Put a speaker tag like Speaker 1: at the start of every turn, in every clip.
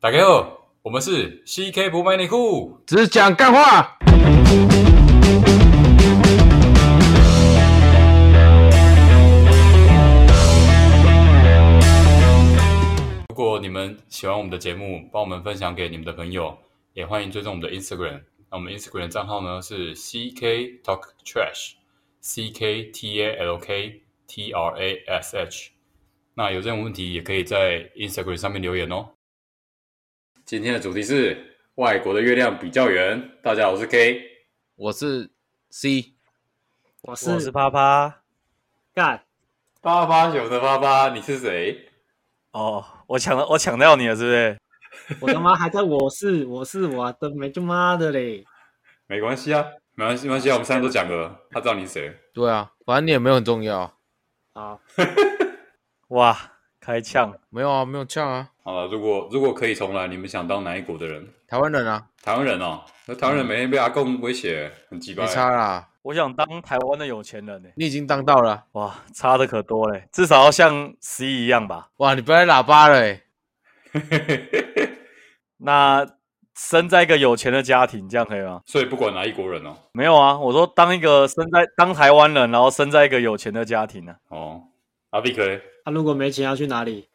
Speaker 1: 大家好，我们是 CK 不卖内裤。
Speaker 2: 只讲干话。
Speaker 1: 如果你们喜欢我们的节目，帮我们分享给你们的朋友，也欢迎追踪我们的 Instagram。那我们 Instagram 账号呢是 CK Talk Trash，C K T A L K T R A S H。那有任何问题也可以在 Instagram 上面留言哦。今天的主题是外国的月亮比较圆。大家好，我是 K。
Speaker 2: 我是 C，
Speaker 3: 我
Speaker 4: 我是啪啪
Speaker 3: 干，
Speaker 1: 八八九的八八，你是谁？
Speaker 4: 哦，我抢了，我抢到你了，是不是？
Speaker 3: 我他妈还在我是我是我的没他妈的嘞！
Speaker 1: 没关系啊，没关系，没关系啊。我们上次都讲了，他知道你是谁。
Speaker 2: 对啊，反正你也没有很重要，
Speaker 3: 好，
Speaker 4: 哇，开呛！
Speaker 2: 没有啊，没有呛啊，
Speaker 1: 好了，如果如果可以重来，你们想当哪一国的人？
Speaker 2: 台湾人啊，
Speaker 1: 台湾人哦，那台湾人每天被阿共威胁，很鸡巴
Speaker 2: 嗯没。差啦，
Speaker 4: 我想当台湾的有钱人呢、欸
Speaker 2: 你已经当到了，
Speaker 4: 哇，差的可多嘞，至少要像十一一样吧。
Speaker 2: 哇，你不要再喇叭了、欸，
Speaker 4: 那生在一个有钱的家庭，这样可以吗？
Speaker 1: 所以不管哪一国人哦，
Speaker 4: 没有啊，我说当一个生在当台湾人，然后生在一个有钱的家庭呢、啊，
Speaker 1: 哦，阿碧克嘞，
Speaker 3: 他、啊如果没钱要去哪里？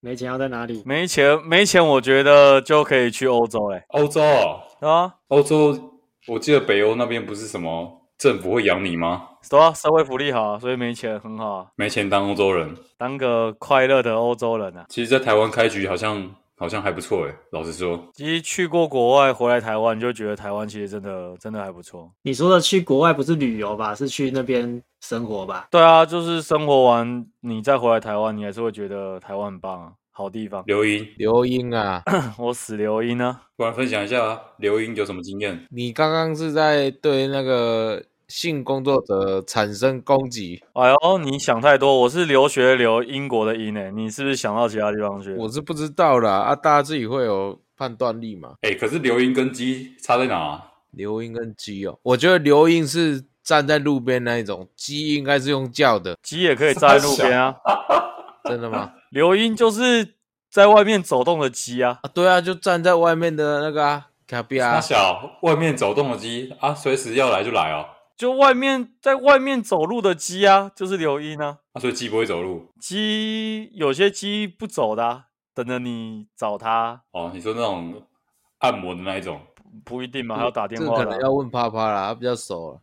Speaker 3: 没钱要在哪里？
Speaker 4: 没钱没钱，我觉得就可以去欧洲嘞。
Speaker 1: 欧洲哦，
Speaker 4: 啊，
Speaker 1: 欧洲，我记得北欧那边不是什么政府会养你吗？
Speaker 4: 对啊，社会福利好啊，所以没钱很好啊，
Speaker 1: 没钱当欧洲人，
Speaker 4: 当个快乐的欧洲人啊。
Speaker 1: 其实，在台湾开局好像好像还不错诶，老实说，
Speaker 4: 其实去过国外回来台湾，就觉得台湾其实真的真的还不错。
Speaker 3: 你说的去国外不是旅游吧？是去那边生活吧？
Speaker 4: 对啊，就是生活完你再回来台湾，你还是会觉得台湾很棒啊，好地 方。
Speaker 1: 刘英，
Speaker 2: 刘英啊，
Speaker 4: 我死刘英啊，
Speaker 1: 不然分享一下啊刘英有什么经验？
Speaker 2: 你刚刚是在对那个性工作者产生攻击，
Speaker 4: 哎呦，你想太多，我是留学留英国的英诶、你是不是想到其他地方去？
Speaker 2: 我是不知道啦，啊，大家自己会有判断力嘛。
Speaker 1: 哎，可是刘英跟鸡差在哪啊？
Speaker 2: 刘英跟鸡哦，我觉得刘英是站在路边那一种，鸡应该是用叫的，
Speaker 4: 鸡也可以站在路边啊，
Speaker 2: 真的吗？
Speaker 4: 刘英就是在外面走动的鸡啊，
Speaker 2: 啊，对啊，就站在外面的那个啊，卡比
Speaker 1: 那
Speaker 2: 啊，
Speaker 1: 小外面走动的鸡啊，随时要来就来哦，
Speaker 4: 就外面在外面走路的鸡啊，就是刘英啊。
Speaker 1: 啊，所以鸡不会走路
Speaker 4: 鸡有些鸡不走的、啊，等着你找它，
Speaker 1: 哦。你说那种按摩的那一种，
Speaker 4: 不一定嘛，还要打电
Speaker 2: 这
Speaker 4: 话
Speaker 2: 可
Speaker 4: 的啊
Speaker 2: 能。要问啪啪啦，他比较熟了。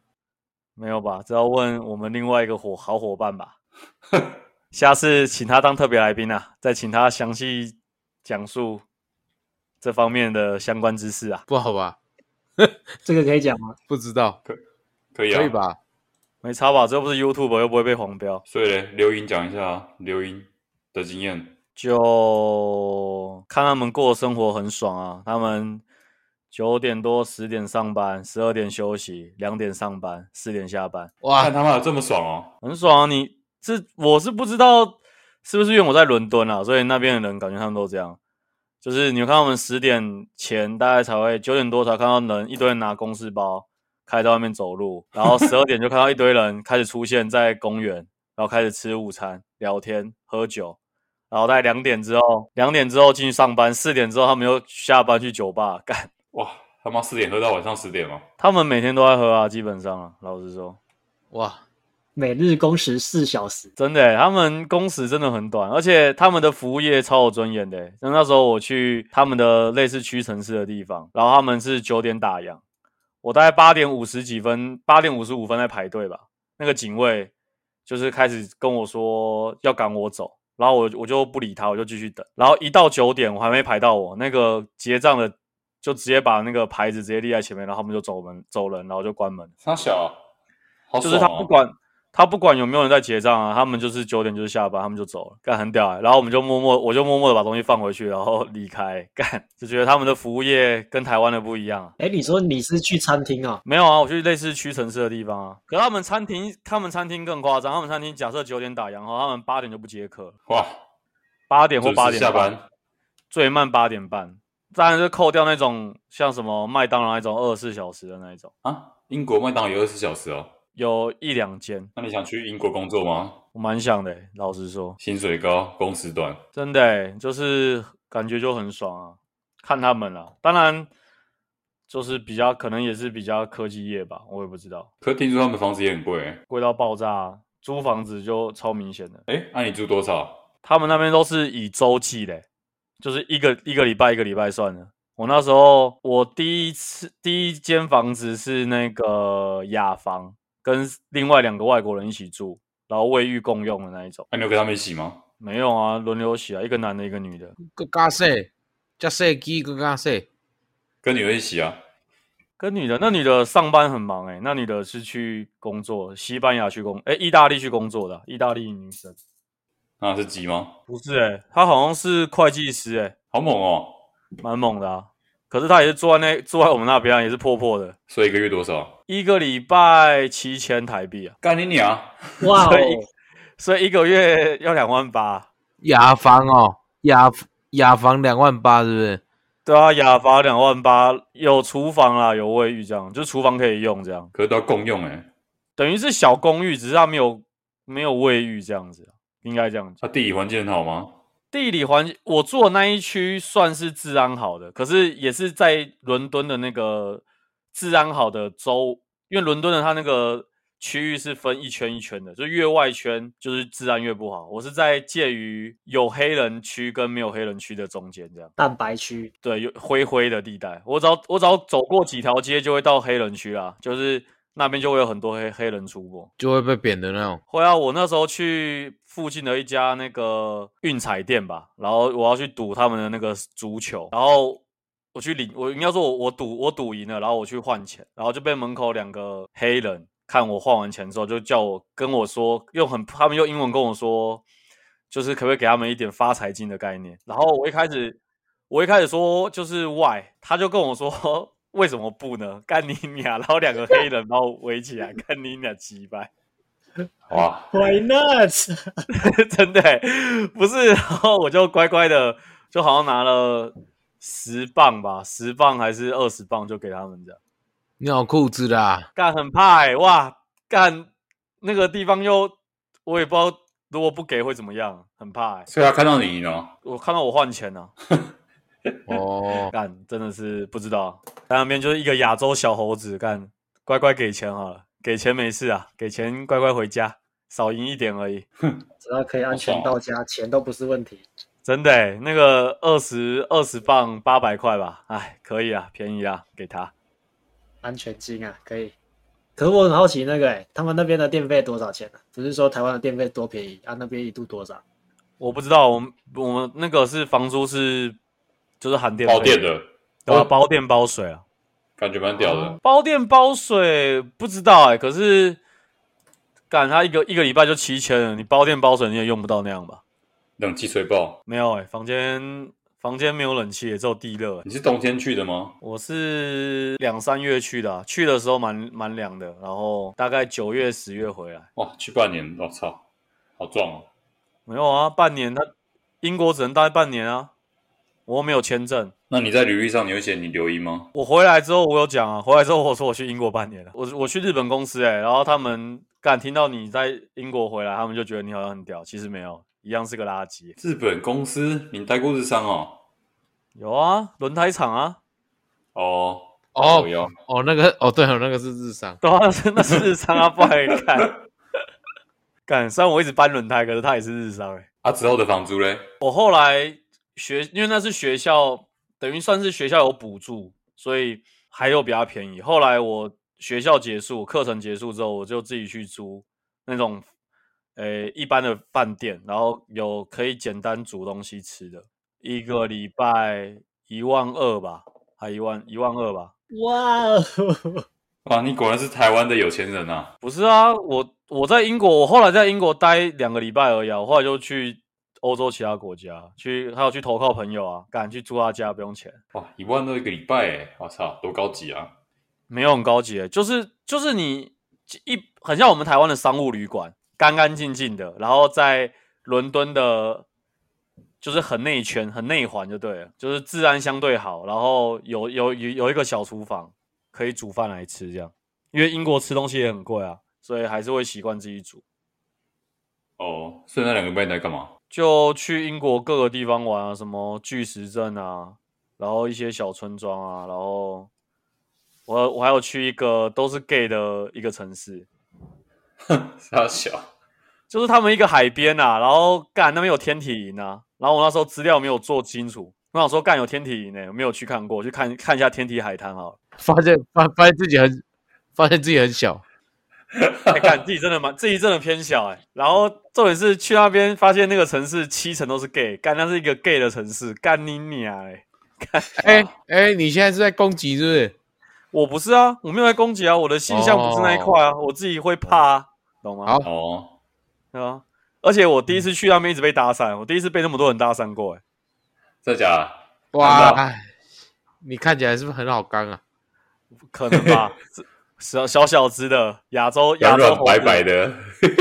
Speaker 4: 没有吧？这要问我们另外一个伙好伙伴吧。下次请他当特别来宾啊，再请他详细讲述这方面的相关知识啊。
Speaker 2: 不好吧？
Speaker 3: 这个可以讲吗？
Speaker 2: 不知道，
Speaker 1: 可以啊，
Speaker 2: 可以？吧？
Speaker 4: 没差吧？这又不是 YouTube，又不会被黄标。
Speaker 1: 所以嘞，刘英讲一下啊刘英的经验。
Speaker 4: 就看他们过的生活很爽啊，他们九点多十点上班，十二点休息，两点上班，四点下班，
Speaker 2: 哇
Speaker 1: 看，他妈有这么爽哦！
Speaker 4: 很爽啊。你这我是不知道是不是因为我在伦敦啊，所以那边的人感觉他们都这样，就是你有看到我们十点前大概才会九点多才看到人一堆人拿公事包开始在外面走路，然后十二点就看到一堆人开始出现在公园，然后开始吃午餐、聊天、喝酒。然后在两点之后，两点之后进去上班，四点之后他们又下班去酒吧干。
Speaker 1: 哇，他妈四点喝到晚上十点哦，
Speaker 4: 他们每天都在喝啊，基本上啊，老实说，
Speaker 2: 哇，
Speaker 3: 每日工时四小时，
Speaker 4: 真的欸，他们工时真的很短，而且他们的服务业超有尊严的欸。像那时候我去他们的类似屈臣氏的地方，然后他们是九点打烊，我大概八点五十几分，八点五十五分在排队吧。那个警卫就是开始跟我说要赶我走，然后我我就不理他，我就继续等。然后一到九点，我还没排到我，那个结账的就直接把那个牌子直接立在前面，然后他们就走门走人，然后就关门。
Speaker 1: 他小，好
Speaker 4: 就
Speaker 1: 爽、哦、
Speaker 4: 是他不管他不管有没有人在结账啊，他们就是九点就是下班，他们就走了，干很屌、欸。然后我们就默默，我就默默的把东西放回去，然后离开， 干就觉得他们的服务业跟台湾的不一样、啊。
Speaker 3: 哎，你说你是去餐厅哦？
Speaker 4: 没有啊，我去类似屈臣氏的地方啊，可他们餐厅，他们餐厅更夸张，他们餐厅假设九点打烊后，他们八点就不接客了，
Speaker 1: 哇，
Speaker 4: 八点或
Speaker 1: 准
Speaker 4: 八
Speaker 1: 时
Speaker 4: 点
Speaker 1: 下
Speaker 4: 半
Speaker 1: 班，
Speaker 4: 最慢八点半，当然是扣掉那种像什么麦当劳那种二十四小时的那一种，
Speaker 1: 啊！英国麦当劳有二十小时哦，
Speaker 4: 有一两间，
Speaker 1: 那你想去英国工作吗？
Speaker 4: 我蛮想的欸、老实说。
Speaker 1: 薪水高，工时短，
Speaker 4: 真的欸、就是感觉就很爽啊。看他们了。当然，就是比较可能也是比较科技业吧，我也不知道，
Speaker 1: 可是听说他们房子也很贵、欸，
Speaker 4: 贵到爆炸啊、租房子就超明显的。
Speaker 1: 哎、那、你住多少？
Speaker 4: 他们那边都是以周计嘞，就是一个一个礼拜一个礼拜算的。我那时候我第一次第一间房子是那个雅房，跟另外两个外国人一起住，然后卫浴共用的那一种。
Speaker 1: 啊那、你有跟他们一起吗？
Speaker 4: 没有啊，轮流洗啊，一个男的，一个女的。
Speaker 2: 个加细，加细机个加细，
Speaker 1: 跟女儿一起啊？
Speaker 4: 跟女的，那女的上班很忙诶、那女的是去工作，西班牙去工，诶、意大利去工作的啊，意大利女生。
Speaker 1: 那啊是鸡吗？
Speaker 4: 不是诶、她好像是会计师诶、
Speaker 1: 好猛哦！
Speaker 4: 蛮猛的啊。可是她也是住在那住在我们那边啊，也是破破的，
Speaker 1: 所以一个月多少？
Speaker 4: 一个礼拜七千台币啊，
Speaker 1: 干你娘！
Speaker 3: 哇哦
Speaker 4: 所，以所以一个月要两万八。
Speaker 2: 雅房哦，雅雅房两万八是不是？
Speaker 4: 对啊，雅房两万八，有厨房啦，有卫浴，这样就厨房可以用，这样
Speaker 1: 可是都要共用哎、
Speaker 4: 等于是小公寓，只是它没有没有卫浴这样子啊，应该这样讲。
Speaker 1: 那、地理环境很好吗？
Speaker 4: 地理环境，我住的那一区算是治安好的，可是也是在伦敦的那个治安好的州，因为伦敦的它那个区域是分一圈一圈的，就越外圈就是治安越不好。我是在介于有黑人区跟没有黑人区的中间，这样
Speaker 3: 蛋白区
Speaker 4: 对，有灰灰的地带。我只要我只要走过几条街，就会到黑人区啦，就是那边就会有很多黑黑人出没。
Speaker 2: 就会被贬的那种。
Speaker 4: 会啊，我那时候去附近的一家那个运彩店吧，然后我要去赌他们的那个足球，然后我去领，我应该说我我赌我赌赢了，然后我去换钱，然后就被门口两个黑人看我换完钱之后，就叫我跟我说，用很他们用英文跟我说，就是可不可以给他们一点发财金的概念，然后我一开始我一开始说就是 why，他就跟我说。 为什么不呢？干你娘！然后两个黑人把我围起来，干你娘鸡掰！
Speaker 1: 好啊，
Speaker 3: ，Why not？
Speaker 4: 真的欸、不是，然后我就乖乖的，就好像拿了十磅吧，十磅还是二十磅就给他们这样，
Speaker 2: 尿裤子啊啦，
Speaker 4: 干很怕、欸、哇，干那个地方又我也不知道，如果不给会怎么样，很怕、欸。
Speaker 1: 所以他看到你赢了，
Speaker 4: 我看到我换钱呢、
Speaker 2: 哦
Speaker 4: 啊，， 干真的是不知道，在那边就是一个亚洲小猴子，干乖乖给钱好了，给钱没事啊，给钱乖乖回家，少赢一点而已。
Speaker 3: 只要可以安全到家，钱都不是问题。
Speaker 4: 真的欸，那个二十二十磅八百块吧，哎，可以啊，便宜啊，给他。
Speaker 3: 安全金啊，可以。可是我很好奇那个、欸，他们那边的电费多少钱呢、不是说台湾的电费多便宜啊？那边一度多少？
Speaker 4: 我不知道，我们我们那个是房租是就是含电费
Speaker 1: 包店，的，
Speaker 4: 对啊，包电包水啊，
Speaker 1: 感觉蛮屌的。
Speaker 3: 哦
Speaker 4: 包电包水不知道哎、可是赶他一个一个礼拜就七千了，你包电包水你也用不到那样吧？
Speaker 1: 冷气吹爆。
Speaker 4: 没有哎、房间房间没有冷气，也只有地热、欸。
Speaker 1: 你是冬天去的吗？
Speaker 4: 我是两三月去的啊、去的时候蛮蛮凉的，然后大概九月十月回来。
Speaker 1: 哇，去半年，我操，好壮哦！
Speaker 4: 没有啊，半年他英国只能待半年啊，我又没有签证。
Speaker 1: 那你在履历上你会写你留英吗？
Speaker 4: 我回来之后我有讲啊，回来之后我说我去英国半年了，我我去日本公司哎、然后他们敢听到你在英国回来，他们就觉得你好像很屌，其实没有，一样是个垃圾。
Speaker 1: 日本公司，你待过日商哦？
Speaker 4: 有啊，轮胎厂啊，
Speaker 1: 哦
Speaker 2: 哦
Speaker 1: 我有
Speaker 2: 哦，那个哦，对哦，那个是日商，
Speaker 4: 对啊，那是那是日商啊，不然你看，干，虽然我一直搬轮胎，可是他也是日商哎、
Speaker 1: 啊，之后的房租嘞？
Speaker 4: 我后来学，因为那是学校，等于算是学校有补助，所以还有比较便宜。后来我学校结束，课程结束之后，我就自己去租那种，呃，一般的饭店，然后有可以简单煮东西吃的，一个礼拜一万二吧，还一万一万二吧？
Speaker 3: 哇哦，
Speaker 1: 哇，你果然是台湾的有钱人啊！
Speaker 4: 不是啊，我我在英国，我后来在英国待两个礼拜而已、啊，我后来就去欧洲其他国家，去还有去投靠朋友啊，敢去住他家不用钱。
Speaker 1: 哇，一万多一个礼拜哎，我操，多高级啊！
Speaker 4: 没有很高级欸，就是就是你一很像我们台湾的商务旅馆，干干净净的，然后在伦敦的，就是很内圈、很内环就对了，就是治安相对好，然后有有有有一个小厨房可以煮饭来吃，这样，因为英国吃东西也很贵啊，所以还是会习惯自己煮。
Speaker 1: 哦，所以那两个礼拜你在干嘛？
Speaker 4: 就去英国各个地方玩啊，什么巨石阵啊，然后一些小村庄啊，然后我我还有去一个都是 gay 的一个城市，
Speaker 1: 傻小，
Speaker 4: 就是他们一个海边啊，然后干那边有天体营啊，然后我那时候资料没有做清楚，我想说干有天体营呢、我没有去看过，去看 看一下天体海滩好了。
Speaker 2: 发现发发现自己很发现自己很小，
Speaker 4: 哎、干自己真的蛮自 己真的偏小哎、然后重点是去那边发现那个城市七成都是 gay，干那是一个 gay 的城市，干你娘哎、
Speaker 2: 哎哎、你现在是在攻击是不是？
Speaker 4: 我不是啊，我没有在攻击啊，我的性向不是那一块啊，我自己会怕啊，懂吗？
Speaker 2: 好
Speaker 1: 哦，
Speaker 4: 对啊，而且我第一次去那边一直被搭讪，我第一次被那么多人搭讪过、欸，
Speaker 1: 真假的？看
Speaker 2: 哇，哎你看起来是不是很好刚啊？
Speaker 4: 可 能吧？这小小小只的亚洲亚
Speaker 1: 软
Speaker 4: 洲
Speaker 1: 软
Speaker 4: 猴
Speaker 1: 白
Speaker 4: 子，
Speaker 1: 白的，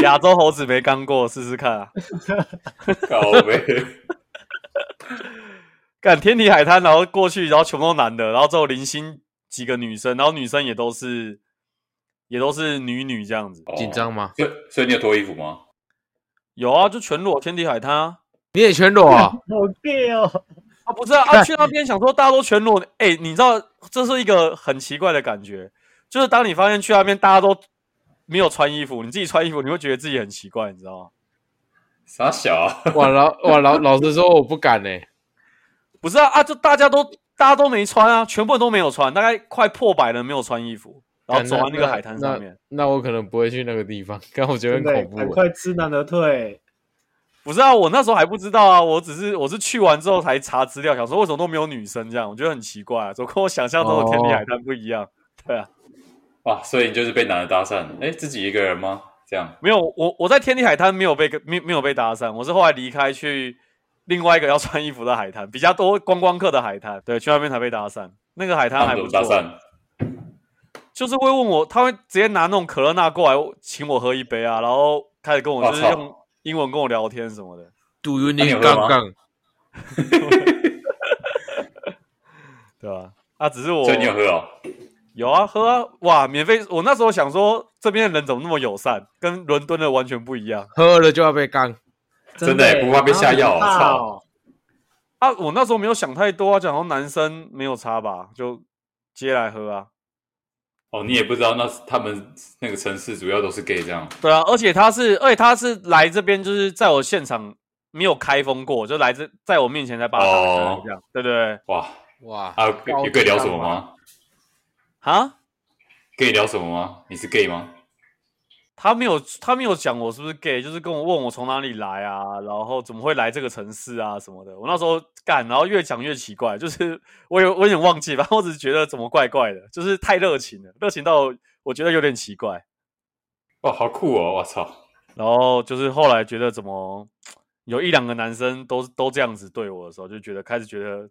Speaker 4: 亚洲猴子没干过，试试看啊！
Speaker 1: 靠呗，
Speaker 4: 干天体海滩，然后过去，然后全部都男的，然后之后零星几个女生，然后女生也都是也都是女女这样子。
Speaker 1: 哦
Speaker 2: 紧张吗？
Speaker 1: 所以所以你有脱衣服吗？
Speaker 4: 有啊，就全裸天体海滩啊！
Speaker 2: 你也全裸啊？
Speaker 3: 好 gay 哦，
Speaker 4: 啊，不是啊，啊去那边想说大家都全裸，哎、你知道这是一个很奇怪的感觉，就是当你发现去那边大家都没有穿衣服，你自己穿衣服，你会觉得自己很奇怪，你知道吗？
Speaker 1: 傻小啊，
Speaker 2: 哇老哇老老实说我不敢呢、欸
Speaker 4: 不是啊啊，就大家都大家都没穿啊，全部人都没有穿，大概快破百人没有穿衣服，然后走到那个海滩上面。
Speaker 2: 那我可能不会去那个地方，刚我觉得
Speaker 3: 真
Speaker 2: 很
Speaker 3: 的，
Speaker 2: 恐怖
Speaker 3: 赶
Speaker 2: 欸、
Speaker 3: 快知难而退。
Speaker 4: 不是啊，我那时候还不知道啊，我只是我是去完之后才查资料，想说为什么都没有女生这样，我觉得很奇怪、啊，怎么跟我想象中的天地海滩不一样？对啊，
Speaker 1: 哇，所以你就是被男的搭讪，哎，自己一个人吗？这样，
Speaker 4: 没有我我在天地海滩没有被没没有被搭讪，我是后来离开去另外一个要穿衣服的海滩，比较多观光客的海滩，对，去那边才被搭讪。那个海滩还
Speaker 1: 怎么
Speaker 4: 不错啊
Speaker 1: 搭，讪？
Speaker 4: 就是会问我，他会直接拿那种可乐纳过来请我喝一杯啊，然后开始跟我
Speaker 1: 哇
Speaker 4: 就是
Speaker 1: 操
Speaker 4: 用英文跟我聊天什么的。
Speaker 2: 赌云
Speaker 1: 那你有
Speaker 2: 林
Speaker 1: 喝
Speaker 2: 杠
Speaker 1: 吗
Speaker 2: 杠，
Speaker 4: 对吧、啊？只是我
Speaker 1: 所以你有喝哦？
Speaker 4: 有啊，喝啊，哇，免费！我那时候想说，这边的人怎么那么友善，跟伦敦的完全不一样
Speaker 2: 喝了就要被杠。
Speaker 1: 真的欸不怕被下药
Speaker 3: 好可怕哦！
Speaker 4: 啊！我那时候没有想太多啊，讲说男生没有差吧，就接来喝啊。
Speaker 1: 哦，你也不知道那是他们那个城市主要都是 gay 这样，
Speaker 4: 对啊，而且他是，而且他是来这边，就是在我现场没有开封过，就来这在我面前才把他打开
Speaker 1: 哦
Speaker 4: 这样，对不对？
Speaker 1: 哇，
Speaker 2: 哇，
Speaker 1: 啊，
Speaker 2: 高
Speaker 1: 有可以聊什么
Speaker 2: 干嘛？
Speaker 1: 吗？
Speaker 4: 啊，
Speaker 1: 可以聊什么吗？你是 gay 吗？
Speaker 4: 他没有，他没有讲我是不是 gay，就是跟我问我从哪里来啊，然后怎么会来这个城市啊什么的。我那时候干，然后越讲越奇怪，就是 我有我有点忘记，反正我只是觉得怎么怪怪的，就是太热情了，热情到我觉得有点奇怪。
Speaker 1: 哇，好酷哦！我操，
Speaker 4: 然后就是后来觉得怎么有一两个男生都都这样子对我的时候，就觉得开始觉得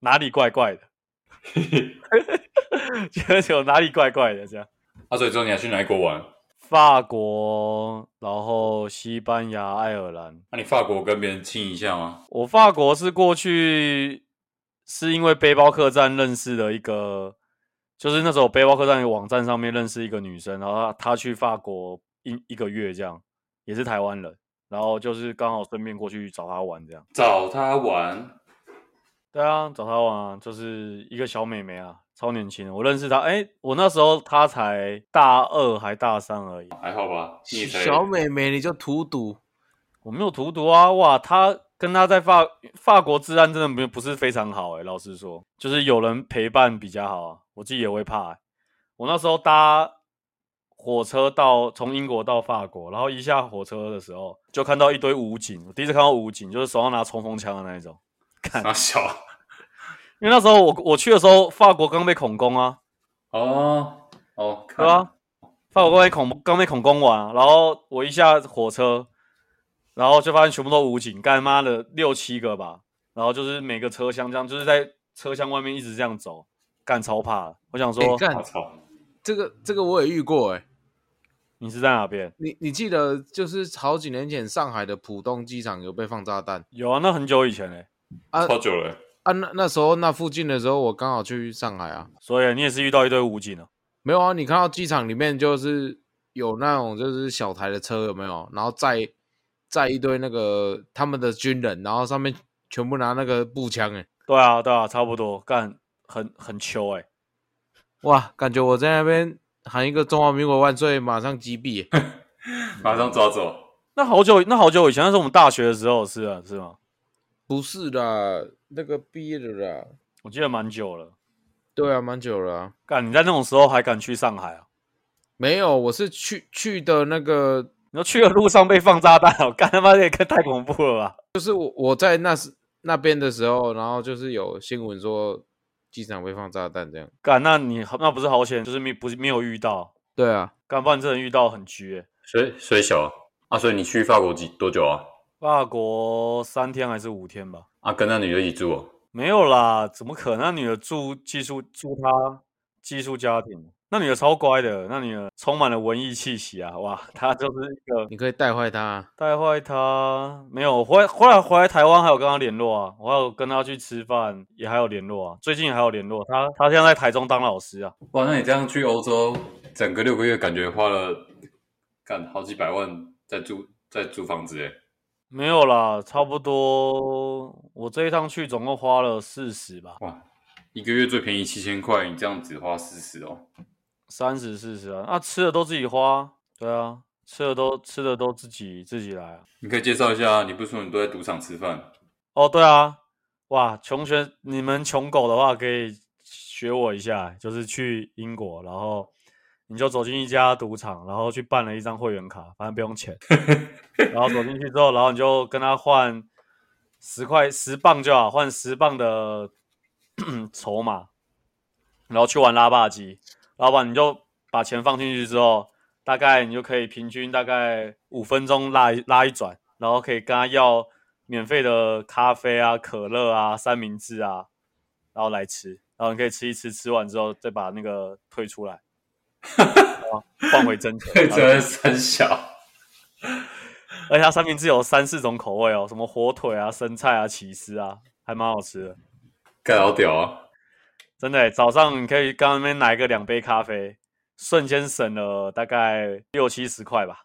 Speaker 4: 哪里怪怪的， 觉得有哪里怪怪的这样。
Speaker 1: 啊，所以之后你还去哪一国玩？啊
Speaker 4: 法国，然后西班牙、爱尔兰，
Speaker 1: 那、你法国跟别人亲一下吗？
Speaker 4: 我法国是过去是因为背包客栈认识的一个，就是那时候背包客栈的网站上面认识一个女生，然后她她去法国一一个月这样，也是台湾人，然后就是刚好顺便过去找她玩这样。
Speaker 1: 找他玩，
Speaker 4: 对啊，找她玩啊，就是一个小妹妹啊，超年轻的。我认识她，哎，我那时候她才大二还大三而已，
Speaker 1: 还好吧？你也才
Speaker 2: 小美眉你就荼毒，
Speaker 4: 我没有荼毒啊，哇，他跟他在法法国治安真的没有不是非常好哎、老实说，就是有人陪伴比较好啊。我自己也会怕欸、我那时候搭火车到从英国到法国，然后一下火车的时候就看到一堆武警，我第一次看到武警就是手上拿冲锋枪的那一种，
Speaker 1: 啊小
Speaker 4: 因为那时候我我去的时候法国刚被恐攻啊，
Speaker 1: 哦哦，看
Speaker 4: 对啊，法国刚被恐刚被恐攻完啊，然后我一下火车，然后就发现全部都武警，干妈的六七个吧，然后就是每个车厢这样，就是在车厢外面一直这样走，干超怕的。我想
Speaker 2: 哎、
Speaker 4: 说，
Speaker 1: 我
Speaker 2: 干
Speaker 1: 操，
Speaker 2: 这个这个我也遇过哎、
Speaker 4: 你是在哪边？
Speaker 2: 你你记得就是好几年前上海的浦东机场有被放炸弹
Speaker 4: 有啊，那很久以前嘞、
Speaker 2: 啊
Speaker 1: 超久了，
Speaker 2: 啊？那那时候那附近的时候，我刚好去上海啊，
Speaker 4: 所以你也是遇到一堆武警啊。
Speaker 2: 没有啊？你看到机场里面就是有那种就是小台的车有没有？然后载载一堆那个他们的军人，然后上面全部拿那个步枪哎、
Speaker 4: 对啊，对啊，差不多，干很很秋哎、
Speaker 2: 哇，感觉我在那边喊一个中华民国万岁，马上击毙。
Speaker 1: 马上抓走。
Speaker 4: 那好久，那好久以前，那是我们大学的时候，是啊，是吗？
Speaker 2: 不是啦，那个毕业的啦。
Speaker 4: 我记得蛮久了。
Speaker 2: 对啊，蛮久了啊、
Speaker 4: 干，你在那种时候还敢去上海啊？
Speaker 2: 没有，我是去去的那个，
Speaker 4: 你说去的路上被放炸弹哦， 干他妈也太恐怖了吧！
Speaker 2: 就是我我在那时那边的时候，然后就是有新闻说机场被放炸弹这样。
Speaker 4: 干，那你那不是好险，就是没不是没有遇到，
Speaker 2: 对啊，
Speaker 4: 干不然真的遇到很绝、欸。
Speaker 1: 所以所以小啊，所以你去法国几多久啊？
Speaker 4: 法国三天还是五天吧？
Speaker 1: 啊，跟那女的一起住、哦？
Speaker 4: 没有啦，怎么可能？那女的住寄宿住她寄宿家庭，那女的超乖的，那女的充满了文艺气息啊！哇，她就是一个
Speaker 2: 你可以带坏他啊。
Speaker 4: 带坏她，没有回来后来回来台湾还有跟她联络啊，我还有跟她去吃饭，也还有联络啊，最近还有联络。她她现在在台中当老师啊，
Speaker 1: 哇，那你这样去欧洲，整个六个月感觉花了干好几百万在租在租房子诶。
Speaker 4: 没有啦，差不多我这一趟去总共花了四十吧，
Speaker 1: 哇，一个月最便宜七千块，你这样只花四十哦。
Speaker 4: 三十四十啊，那、吃的都自己花，对啊，吃的都吃的都自己自己来啊。
Speaker 1: 你可以介绍一下，你不是说你都在赌场吃饭？
Speaker 4: 哦，对啊，哇，穷学你们穷狗的话可以学我一下，就是去英国，然后你就走进一家赌场，然后去办了一张会员卡，反正不用钱，然后走进去之后，然后你就跟他换十块十磅就好，换十磅的 筹码，然后去玩拉霸机，老板你就把钱放进去之后，大概你就可以平均大概五分钟拉一拉一转，然后可以跟他要免费的咖啡啊、可乐啊、三明治啊，然后来吃，然后你可以吃一吃，吃完之后再把那个退出来，然后换回真钱。
Speaker 1: 对，
Speaker 4: 然后
Speaker 1: 真啊三小。
Speaker 4: 而且它三明治有三四种口味哦，什么火腿啊、生菜啊、起司啊，还蛮好吃的。
Speaker 1: 干好屌啊！
Speaker 4: 真的耶，欸早上你可以刚那边来个两杯咖啡，瞬间省了大概六七十块吧，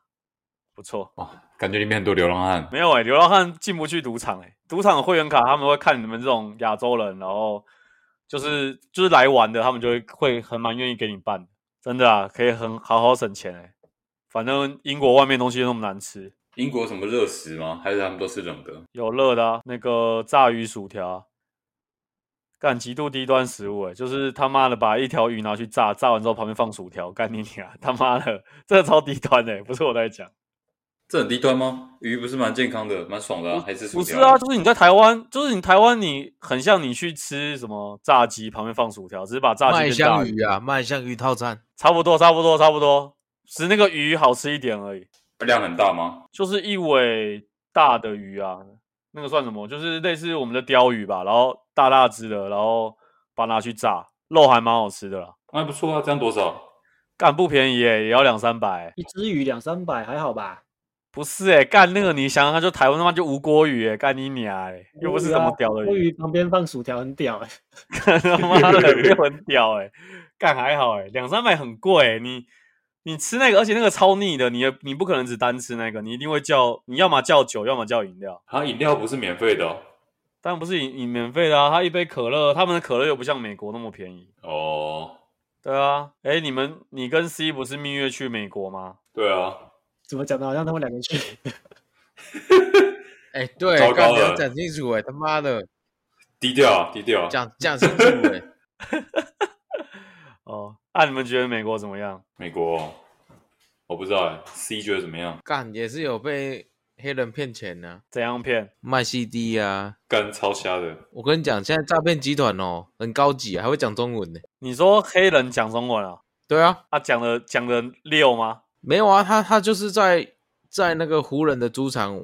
Speaker 4: 不错。
Speaker 1: 感觉里面很多流浪汉。
Speaker 4: 没有哎、流浪汉进不去赌场哎、赌场的会员卡他们会看你们这种亚洲人，然后就是就是来玩的，他们就会会很蛮愿意给你办，真的啊，可以很好好省钱哎、反正英国外面东西都那么难吃，
Speaker 1: 英国什么热食吗？还是他们都吃冷的？
Speaker 4: 有热的、啊、那个炸鱼薯条啊，干极度低端食物哎、就是他妈的把一条鱼拿去炸，炸完之后旁边放薯条，干你娘！他妈的，这个超低端的、不是我在讲。
Speaker 1: 这很低端吗？鱼不是蛮健康的，蛮爽的、啊，还是薯
Speaker 4: 不是
Speaker 1: 条？
Speaker 4: 啊，就是你在台湾，就是你台湾，你很像你去吃什么炸鸡，旁边放薯条，只是把炸鸡
Speaker 2: 麦
Speaker 4: 变大
Speaker 2: 香，鱼啊，麦香鱼套餐。
Speaker 4: 差不多，差不多，差不多，只是那个鱼好吃一点而已，
Speaker 1: 量很大吗？
Speaker 4: 就是一尾大的鱼啊，那个算什么？就是类似我们的鲷鱼吧，然后大大只的，然后把它拿去炸，肉还蛮好吃的啦，
Speaker 1: 那还不错啊，这样多少？
Speaker 4: 干不便宜耶、也要两三百耶、欸
Speaker 3: 一只鱼两三百还好吧？
Speaker 4: 不是哎、干那个你想想看，就台湾他妈就无锅鱼哎、干你娘哎、又不是什么屌的
Speaker 3: 乌啊鱼旁边放薯条很屌 哎、
Speaker 4: 他妈的又很屌哎、干还好哎、两三百很贵、欸，你你吃那个，而且那个超腻的，你也你不可能只单吃那个，你一定会叫，你要么叫酒，要么叫饮料，
Speaker 1: 啊，饮料不是免费的哦。
Speaker 4: 但不是饮饮免费的啊，它一杯可乐，他们的可乐又不像美国那么便宜，
Speaker 1: 哦，
Speaker 4: 对啊，哎、你们你跟 C 不是蜜月去美国吗？
Speaker 1: 对啊，
Speaker 3: 怎么讲的？好像他们两个去，
Speaker 2: 哎、对
Speaker 1: 糟，
Speaker 2: 干
Speaker 1: 糕
Speaker 2: 你要
Speaker 1: 了
Speaker 2: 讲清楚哎、他妈的，
Speaker 1: 低调啊，低调啊。
Speaker 2: 讲讲清楚哎、
Speaker 4: 哦，啊，你们觉得美国怎么样？
Speaker 1: 美国哦、我不知道哎，C 觉得怎么样？
Speaker 2: 干也是有被黑人骗钱呢、啊，
Speaker 4: 怎样骗？
Speaker 2: 卖 CD 啊。
Speaker 1: 干超瞎的，
Speaker 2: 我跟你讲，现在诈骗集团哦，很高级、啊，还会讲中文呢、
Speaker 4: 你说黑人讲中文啊？
Speaker 2: 对啊，
Speaker 4: 啊，讲的讲的溜吗？
Speaker 2: 没有啊，他他就是在在那个湖人的主场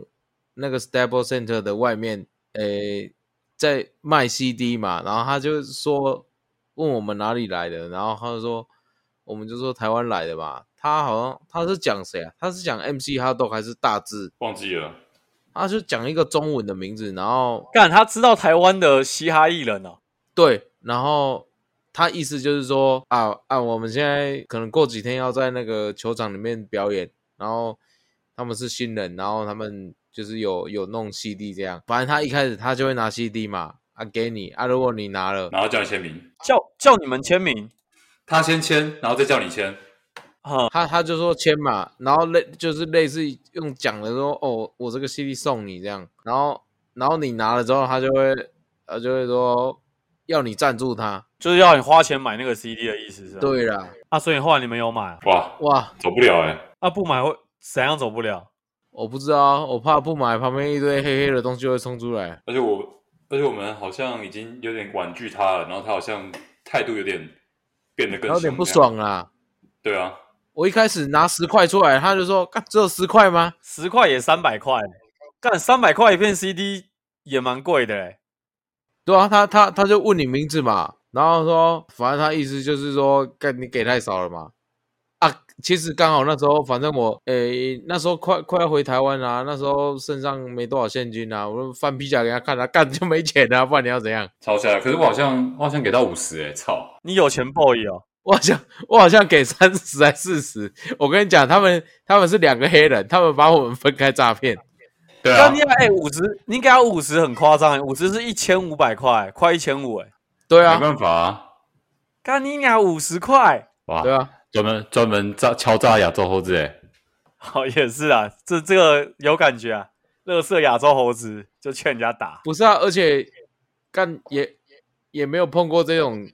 Speaker 2: 那个 Stable Center 的外面，诶，在卖 CD 嘛，然后他就说问我们哪里来的，然后他就说我们就说台湾来的嘛。他好像他是讲谁啊？他是讲 MC 哈豆还是大志？
Speaker 1: 忘记了。
Speaker 2: 他就讲一个中文的名字，然后
Speaker 4: 干，他知道台湾的嘻哈艺人哦、
Speaker 2: 对，然后他意思就是说啊啊，我们现在可能过几天要在那个球场里面表演，然后他们是新人，然后他们就是有有弄 CD 这样，反正他一开始他就会拿 CD 嘛，啊给你啊，如果你拿了，
Speaker 1: 然后叫你签名，
Speaker 4: 叫叫你们签名，
Speaker 1: 他先签，然后再叫你签。
Speaker 4: 哈，
Speaker 2: 他他就说签嘛，然后类就是类似用讲的说哦，我这个 CD 送你这样，然后然后你拿了之后，他就会呃就会说要你赞助他，
Speaker 4: 就是要你花钱买那个 CD 的意思是吧？
Speaker 2: 对啦，
Speaker 4: 啊，所以后来你们有买啊
Speaker 1: 哇，
Speaker 2: 哇，
Speaker 1: 走不了哎、
Speaker 4: 啊？不买会怎样走不了？
Speaker 2: 我不知道啊，我怕不买旁边一堆黑黑的东西会冲出来，
Speaker 1: 而且我，而且我们好像已经有点婉拒他了，然后他好像态度有点变得更
Speaker 2: 有
Speaker 1: 凶
Speaker 2: 点不
Speaker 1: 这样。
Speaker 2: 爽啦。
Speaker 1: 对啊，
Speaker 2: 我一开始拿十块出来，他就说干只有十块吗？
Speaker 4: 十块也三百块，干三百块一片 CD 也蛮贵的嘞。
Speaker 2: 对啊，他他他就问你名字嘛，然后说，反正他意思就是说，干你给太少了嘛。啊，其实刚好那时候，反正我诶、那时候快快要回台湾啦、那时候身上没多少现金啦、我就翻皮夹给他看啊，干就没钱啊，不然你要怎样？
Speaker 1: 超下来。可是我好像，我好像给到五十哎，操！
Speaker 4: 你有钱 boy 哦，
Speaker 2: 我好像我好像给三十还四十，我跟你讲，他们他们是两个黑人，他们把我们分开诈骗，
Speaker 1: 对啊
Speaker 4: 干，你哎五十，你给他五十很夸张哎，五十是一千五百块，快一千五哎，
Speaker 2: 对
Speaker 1: 没
Speaker 2: 啊，
Speaker 1: 办法啊。
Speaker 4: 干你俩五十块，
Speaker 1: 哇，
Speaker 2: 对啊，
Speaker 1: 专门专门炸敲诈亚洲猴子哎，
Speaker 4: 好也是啊，这这个有感觉啊，乐色亚洲猴子就劝人家打，
Speaker 2: 不是啊，而且干也也没有碰过这种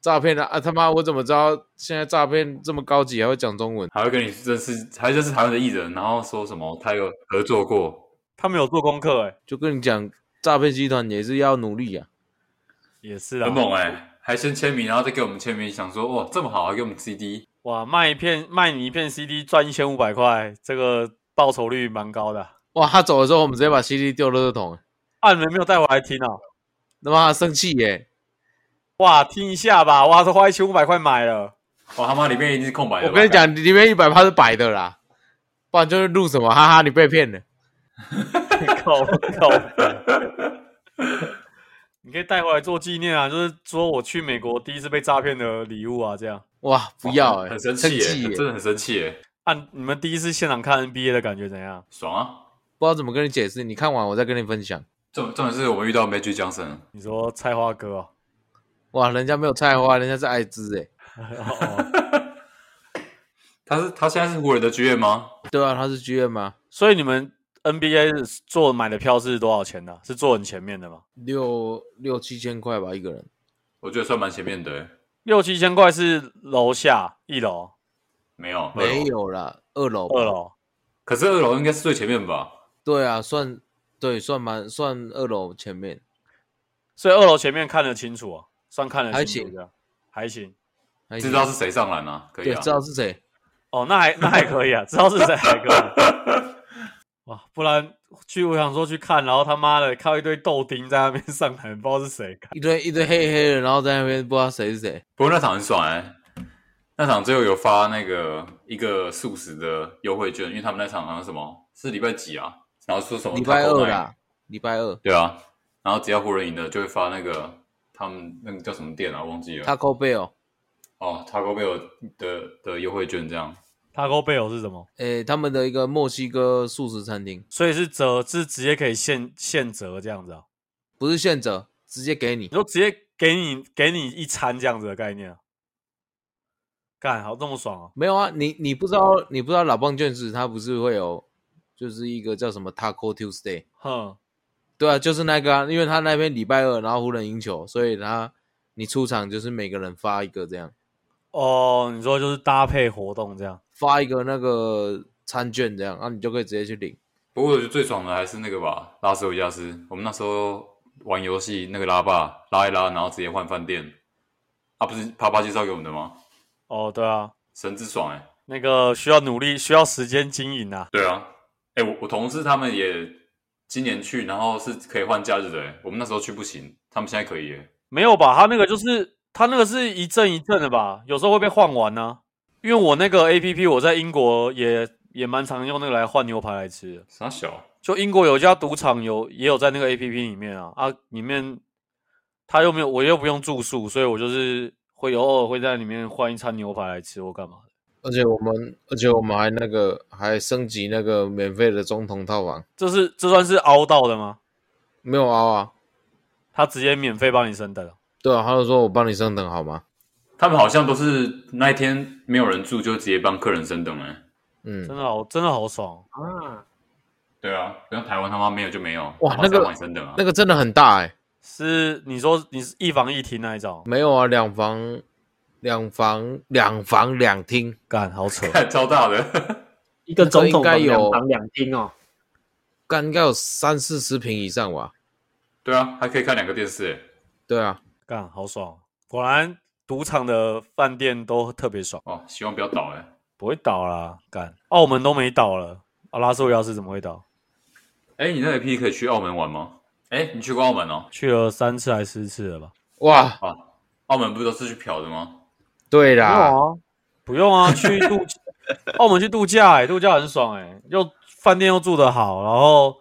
Speaker 2: 诈骗的啊！他妈，我怎么知道现在诈骗这么高级，还会讲中文？
Speaker 1: 还会跟你认识，还认识台湾的艺人，然后说什么他有合作过，
Speaker 4: 他们有做功课哎，
Speaker 2: 就跟你讲，诈骗集团也是要努力啊！
Speaker 4: 也是啊
Speaker 1: 很，猛哎、还先签名，然后再给我们签名，想说哇这么好，还给我们 CD，
Speaker 4: 哇，卖一片卖你一片 CD 赚一千五百块，这个报酬率蛮高的啊。
Speaker 2: 哇，他走的时候，我们直接把 CD 丢垃圾桶，
Speaker 4: 啊，你们没有带回来听哦？
Speaker 2: 他妈生气耶！
Speaker 4: 哇，听一下吧，哇，这花一千五百块买了，
Speaker 1: 哇哦他妈里面一定是空白的。
Speaker 2: 我跟你，讲，里面一百趴是白的啦，不然就是录什么，哈哈，你被骗了。
Speaker 4: 靠靠！ 你可以带回来做纪念啊，就是说我去美国第一次被诈骗的礼物啊，这样。
Speaker 2: 哇，不要哎，
Speaker 1: 很生气
Speaker 2: 生气
Speaker 1: 耶，
Speaker 2: 耶
Speaker 1: 真的很生气耶，
Speaker 4: 啊，你们第一次现场看 NBA 的感觉怎样？
Speaker 1: 爽啊！
Speaker 2: 不知道怎么跟你解释，你看完我再跟你分享。
Speaker 1: 重重点是我们遇到 Magic Johnson，
Speaker 4: 你说菜花哥哦，
Speaker 2: 哇，人家没有菜
Speaker 1: 嗯
Speaker 2: 花，人家是艾滋哎。
Speaker 4: 哦
Speaker 1: 他是他现在是湖人的剧院吗？
Speaker 2: 对啊，他是 GM 吗？
Speaker 4: 所以你们 NBA 做买的票是多少钱呢、是坐很前面的吗？
Speaker 2: 六六七千块吧，一个人。
Speaker 1: 我觉得算蛮前面的欸耶，
Speaker 4: 六七千块是楼下一楼、
Speaker 1: 没有二楼
Speaker 2: 没，有啦，二楼吧。
Speaker 4: 二楼，
Speaker 1: 可是二楼应该是最前面吧？
Speaker 2: 对啊，算对，算蛮算二楼前面。
Speaker 4: 所以二楼前面看得清楚啊，算看得
Speaker 2: 还
Speaker 4: 清楚
Speaker 2: 行
Speaker 4: 这样，还行。
Speaker 2: 还行
Speaker 1: 知道是谁上篮啊？可以
Speaker 2: 对，
Speaker 1: 啊
Speaker 2: 知，道是谁。
Speaker 4: 哦，那还那还可以啊，知道是谁还可以。哇，不然去我想说去看，然后他妈的靠一堆豆丁在那边上台，不知道是谁看。
Speaker 2: 一堆一堆黑黑的，然后在那边不知道谁是谁。
Speaker 1: 不过那场很爽哎、那场最后有发那个一个素食的优惠券，因为他们那场好像什么是礼拜几啊？然后说什么
Speaker 2: 礼拜二
Speaker 1: Taco
Speaker 2: 啦，礼拜二
Speaker 1: Night，对啊，然后只要湖人赢了就会发那个他们那个叫什么店啊，忘记了
Speaker 2: Taco Bell，
Speaker 1: 哦，Taco Bell 的的优惠券这样，
Speaker 4: Taco Bell 是什么？
Speaker 2: 诶，他们的一个墨西哥素食餐厅，
Speaker 4: 所以是折，是直接可以现现折这样子啊？
Speaker 2: 不是现折，直接给你
Speaker 4: 你。说直接给你给你一餐这样子的概念啊？干好这么爽啊！
Speaker 2: 没有啊，你你不知道，你不知道老棒卷士他不是会有，就是一个叫什么 Taco Tuesday。
Speaker 4: 哼，
Speaker 2: 对啊，就是那个啊，因为他那边礼拜二，然后湖人赢球，所以他你出场就是每个人发一个这样，
Speaker 4: 哦，你说就是搭配活动这样，
Speaker 2: 发一个那个餐券这样，然后你就可以直接去领。
Speaker 1: 不过我觉得最爽的还是那个吧，拉斯维加斯。我们那时候玩游戏，那个拉霸拉一拉，然后直接换饭店。啊，不是啪啪介绍给我们的吗？
Speaker 4: 哦，对啊，
Speaker 1: 神之爽哎、
Speaker 4: 那个需要努力，需要时间经营啊。
Speaker 1: 对啊，哎、我我同事他们也今年去，然后是可以换假日的、欸。我们那时候去不行，他们现在可以、欸。
Speaker 4: 没有吧？他那个就是他那个是一阵一阵的吧，有时候会被换完呢、因为我那个 A P P 我在英国也也蛮常用那个来换牛排来吃的。
Speaker 1: 傻小，
Speaker 4: 就英国有一家赌场有也有在那个 A P P 里面啊啊，里面他又没有我又不用住宿，所以我就是会有偶尔会在里面换一餐牛排来吃或干嘛的。
Speaker 2: 而且我们，而且我们还那个还升级那个免费的总统套房，
Speaker 4: 这是这算是凹到的吗？
Speaker 2: 没有凹啊，
Speaker 4: 他直接免费帮你升等。
Speaker 2: 对啊，他就说我帮你升等好吗？
Speaker 1: 他们好像都是那一天没有人住，就直接帮客人升等哎、
Speaker 2: 嗯
Speaker 4: 真，的好，真的好爽。
Speaker 3: 啊，
Speaker 1: 对啊，不像台湾他妈没有就没有，他妈
Speaker 2: 哇
Speaker 1: 才
Speaker 2: 那个
Speaker 1: 帮你升等啊，，
Speaker 2: 那个真的很大哎、
Speaker 4: 是你说你是一房一厅那一种，
Speaker 2: 没有啊，两房两房两房两厅，
Speaker 4: 干好扯
Speaker 1: 看超大的，
Speaker 3: 一个总
Speaker 2: 那个
Speaker 3: 统房
Speaker 2: 应该有
Speaker 3: 两房两厅哦，
Speaker 2: 干应该有三四十平以上吧？
Speaker 1: 对啊，还可以看两个电视、欸，
Speaker 2: 对啊，
Speaker 4: 干好爽。果然赌场的饭店都特别爽，
Speaker 1: 哦，希望不要倒哎、
Speaker 4: 不会倒啦。干澳门都没倒了，阿拉斯维加斯怎么会倒？
Speaker 1: 哎、你那个 P 可以去澳门玩吗？哎、你去过澳门哦？
Speaker 4: 去了三次还四次了吧？
Speaker 2: 哇，
Speaker 1: 啊，澳门不是都是去嫖的吗？
Speaker 2: 对啦，
Speaker 3: 哦
Speaker 4: 不用啊，去度澳门去度假、欸，度假很爽哎、又饭店又住得好，然后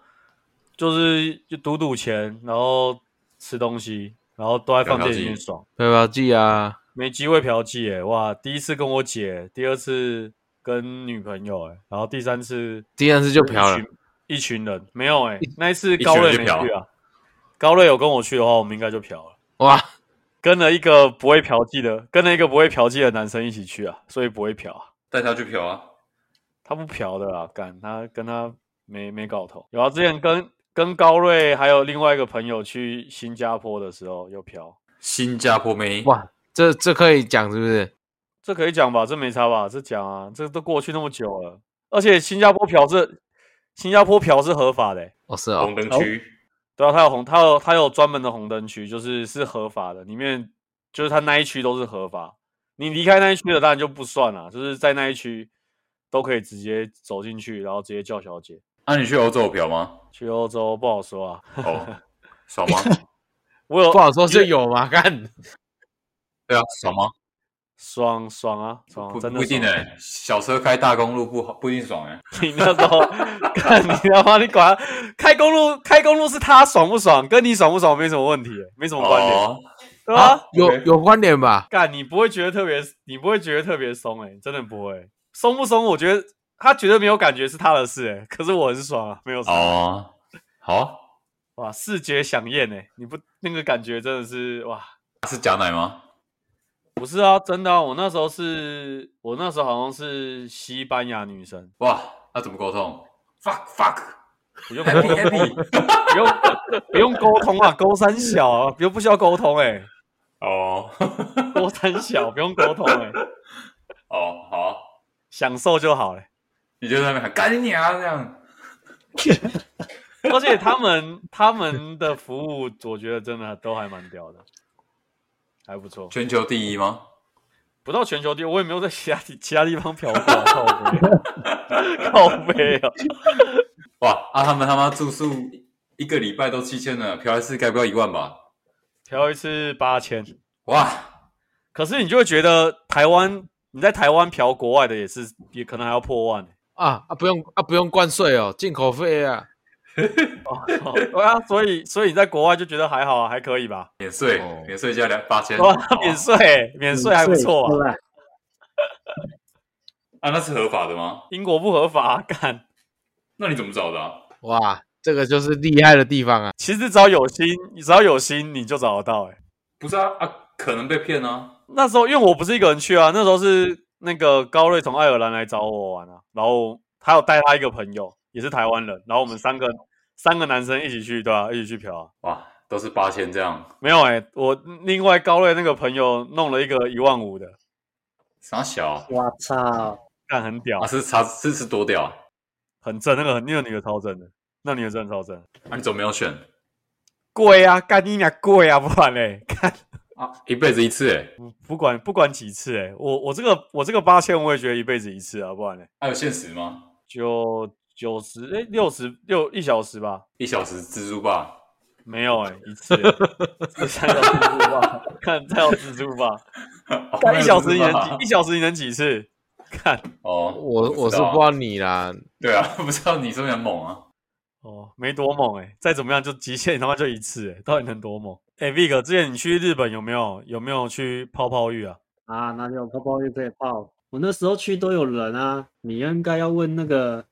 Speaker 4: 就是就赌赌钱，然后吃东西，然后都在饭店里面爽，
Speaker 2: 漂漂记啊，
Speaker 4: 没机会嫖妓哎、哇！第一次跟我姐，第二次跟女朋友哎、然后第三次
Speaker 2: 第二次就嫖了
Speaker 4: 一，群一群人，没有哎、那一次高瑞没
Speaker 1: 一群人就
Speaker 4: 去啊，高瑞有跟我去的话，我们应该就嫖了。
Speaker 2: 哇，
Speaker 4: 跟了一个不会嫖妓的，跟了一个不会嫖妓的男生一起去啊，所以不会嫖啊。
Speaker 1: 带他去嫖啊？
Speaker 4: 他不嫖的啦，干他跟他没没搞头。有啊，之前跟跟高瑞还有另外一个朋友去新加坡的时候有嫖，
Speaker 1: 新加坡妹
Speaker 2: 哇，这这可以讲是不是？
Speaker 4: 这可以讲吧？这没差吧？这讲啊，这都过去那么久了，而且新加坡嫖是新加坡嫖是合法的欸、
Speaker 2: 哦是
Speaker 1: 红
Speaker 2: 哦，
Speaker 1: 灯区，
Speaker 4: 对啊，它有红，它有它有专门的红灯区，就是是合法的，里面就是它那一区都是合法。你离开那一区的当然就不算了，就是在那一区都可以直接走进去，然后直接叫小姐。
Speaker 1: 那、啊你去欧洲有嫖吗？
Speaker 4: 去欧洲不好说啊，
Speaker 1: 哦，爽 吗？
Speaker 4: 我有
Speaker 2: 不好说就有嘛，干
Speaker 1: 对啊，爽吗？
Speaker 4: 爽爽啊，爽啊
Speaker 1: 不
Speaker 4: 真的
Speaker 1: 不一定
Speaker 4: 爽
Speaker 1: 哎、小车开大公路不好不一定爽哎、
Speaker 4: 你那时候看你他妈你管他开公路，开公路是他爽不爽，跟你爽不爽没什么问题，欸没什么关联，
Speaker 1: 哦，
Speaker 4: 对吧？
Speaker 2: 有
Speaker 1: OK
Speaker 2: 有关联吧？
Speaker 4: 干你不会觉得特别，你不会觉得特别松哎、真的不会松不松？我觉得他觉得没有感觉是他的事哎、可是我很爽啊，没有爽、
Speaker 1: 哦，好啊、
Speaker 4: 哇，视觉响艳哎、你不那个感觉真的是哇，
Speaker 1: 是假奶吗？
Speaker 4: 不是啊，真的啊，我那时候是我那时候好像是西班牙女生，
Speaker 1: 哇，那怎么沟通？Fuck fuck，
Speaker 4: 不用
Speaker 1: Happy, happy
Speaker 4: 不用不用沟通啊，沟三小啊，不用不需要沟通哎、
Speaker 1: 哦
Speaker 4: 沟三小不用沟通哎、
Speaker 1: 哦，好啊、
Speaker 4: 享受就好了。欸
Speaker 1: 你就在那边喊干你娘这样，
Speaker 4: 而且他们他们的服务，我觉得真的都还蛮屌的，还不错。
Speaker 1: 全球第一吗？
Speaker 4: 不到全球第一，我也没有在其他地其他地方嫖 过、啊，靠背，靠背啊！
Speaker 1: 哇，啊他们他妈住宿一个礼拜都七千了，嫖一次该不要一万吧？
Speaker 4: 嫖一次八千，
Speaker 1: 哇，
Speaker 4: 可是你就会觉得台湾你在台湾嫖国外的也是也可能还要破万、 欸。
Speaker 2: 啊啊，不用啊，不用关税哦，进口费啊。
Speaker 4: 哦，对啊，所以所以你在国外就觉得还好啊，还可以吧？
Speaker 1: 免税
Speaker 2: 哦
Speaker 1: 免税加两八千，
Speaker 4: 哇
Speaker 1: 好啊，
Speaker 4: 免税、哦免税还不错啊。
Speaker 3: 对吧
Speaker 1: 啊那是合法的吗？
Speaker 4: 英国不合法、啊，干。
Speaker 1: 那你怎么找的、啊？
Speaker 2: 哇，这个就是厉害的地方啊！
Speaker 4: 其实只要有心，只要有心，你就找得到、欸。
Speaker 1: 不是啊啊，可能被骗啊，
Speaker 4: 那时候因为我不是一个人去啊，那时候是那个高瑞从爱尔兰来找我玩啊，然后还有带他一个朋友，也是台湾人，然后我们三个 三个男生一起去，对啊？一起去嫖啊？
Speaker 1: 哇，都是八千这样，
Speaker 4: 没有哎、我另外高瑞那个朋友弄了一个一万五的，
Speaker 1: 傻小，
Speaker 3: 我操，
Speaker 4: 但很屌
Speaker 1: 啊，是查是是多屌啊，
Speaker 4: 很正，那个很那个女的超正的，那女的真的超正，
Speaker 1: 啊你怎么没有选
Speaker 4: 贵啊，干你俩贵啊，不然嘞，干
Speaker 1: 啊？一辈子一次哎、欸，
Speaker 4: 不管不管几次哎、我我这个我这个八千我也觉得一辈子一次啊，不然嘞
Speaker 1: 还有限时吗？
Speaker 4: 就九十哎六十六一小时吧，
Speaker 1: 一小时蜘蛛吧，
Speaker 4: 没有哎、一次、 欸，才有蜘蛛 吧？看才有蜘蛛吧？
Speaker 1: 哦
Speaker 4: 看一小时你能
Speaker 1: 没有蜘蛛吧
Speaker 4: 几？一小时你能几次？看
Speaker 1: 哦，
Speaker 2: 我我是不知
Speaker 1: 道啊，
Speaker 2: 道你啦，
Speaker 1: 对啊， 不知道你是不是很猛啊？
Speaker 4: 哦，没多猛哎、再怎么样就极限，他妈就一次哎、到底能多猛？哎、v i c 之前你去日本有没有有没有去泡泡浴啊？
Speaker 3: 啊，哪里有泡泡浴可以泡？我那时候去都有人啊，你应该要问那个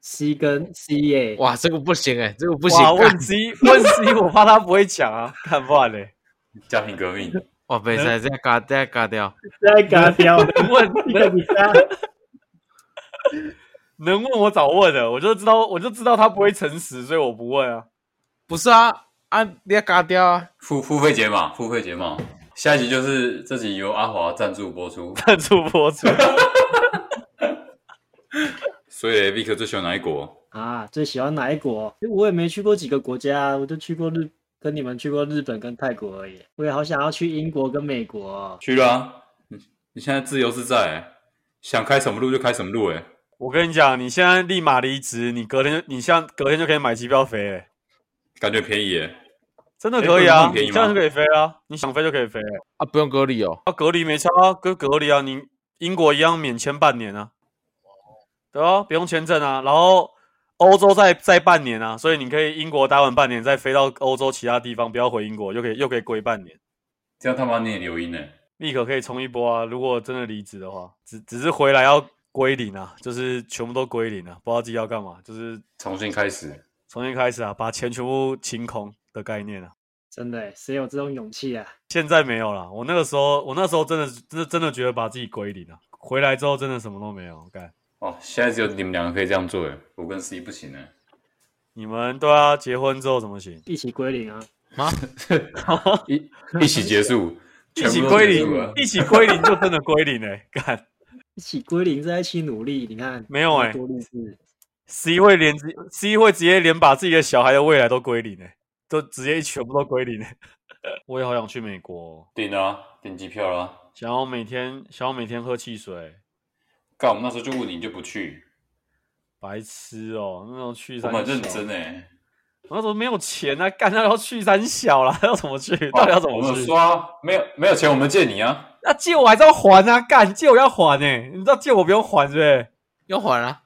Speaker 3: C 跟 C 耶、
Speaker 2: 哇，这个不行哎、这个不行，
Speaker 4: 哇，
Speaker 2: 干
Speaker 4: 问 C 问 C，我怕他不会讲啊，看不然嘞，
Speaker 1: 家庭革命，
Speaker 2: 哇，被塞，这样嘎，这样嘎掉，
Speaker 3: 在嘎掉
Speaker 4: 问
Speaker 3: 一个比赛，
Speaker 4: 能问我早问了，我就知道我就知道他不会诚实，所以我不问啊。
Speaker 2: 不是啊啊，你要嘎掉啊，
Speaker 1: 付付费解码，付费解码。下一集就是这集由阿华赞助播出。
Speaker 4: 赞助播 出，
Speaker 1: 所以 Vic 最喜欢哪一国？
Speaker 3: 啊，最喜欢哪一国？我也没去过几个国家啊，我就去过日，跟你们去过日本跟泰国而已。我也好想要去英国跟美国哦、
Speaker 1: 去啦、你你现在自由自在、欸想开什么路就开什么路、哎，
Speaker 4: 我跟你讲，你现在立马离职，你隔天就你像隔天就可以买机票飞、欸，
Speaker 1: 感觉便宜、哎。
Speaker 4: 真的可以啊，
Speaker 1: 哎不是很便宜
Speaker 4: 你
Speaker 1: 吗
Speaker 4: 这样就可以飞啊，你想飞就可以飞、
Speaker 2: 啊，不用隔离哦，
Speaker 4: 啊，隔离没差啊，跟隔离啊，你英国一样免签半年啊，对啊，不用签证啊，然后欧洲再再半年啊，所以你可以英国待完半年，再飞到欧洲其他地方，不要回英国，又可以又可以归半年，
Speaker 1: 这样他妈你也留欸音呢、
Speaker 4: 立刻可以冲一波啊！如果真的离职的话，只只是回来要归零啊，就是全部都归零啊，不知道自己要干嘛，就是
Speaker 1: 重新开始。
Speaker 4: 重新开始啊，把钱全部清空的概念啊。
Speaker 3: 真的耶，欸谁有这种勇气啊？
Speaker 4: 现在没有了，我那个时候，我那时候真的真的真的觉得把自己归零了、啊回来之后真的什么都没有干。
Speaker 1: 哦，现在只有你们两个可以这样做、哎，我跟 C 不行呢、欸
Speaker 4: 你们对啊，结婚之后怎 么行？
Speaker 3: 一起归零啊！
Speaker 1: 一一起结束，
Speaker 4: 一
Speaker 1: 全
Speaker 4: 起
Speaker 1: 部都
Speaker 4: 归
Speaker 1: 结束
Speaker 4: 零
Speaker 1: 了，
Speaker 4: 一起归零就真的归零哎、干
Speaker 3: 一起归零，在一起努力。你看，
Speaker 4: 没有哎
Speaker 3: 多励志，
Speaker 4: ，C 会连直 C 会直接连把自己的小孩的未来都归零哎、都直接全部都归零哎、 我也好想去美国哦，
Speaker 1: 订啊，订机票啦。
Speaker 4: 想要每天想要每天喝汽水，
Speaker 1: 干，我们那时候就问你，你就不去，
Speaker 4: 白痴哦、那种去
Speaker 1: 我
Speaker 4: 三
Speaker 1: 们很认
Speaker 4: 小
Speaker 1: 真哎、
Speaker 4: 我那时候没有钱啊，干那要去三小啦，要怎 么去？到底要怎
Speaker 1: 哦我
Speaker 4: 么
Speaker 1: 们
Speaker 4: 去？
Speaker 1: 有刷，没有没有钱，我们借你啊。
Speaker 4: 那、借我还是要还啊，干借我要还哎、你知道借我不用还是不是？
Speaker 2: 要还啊，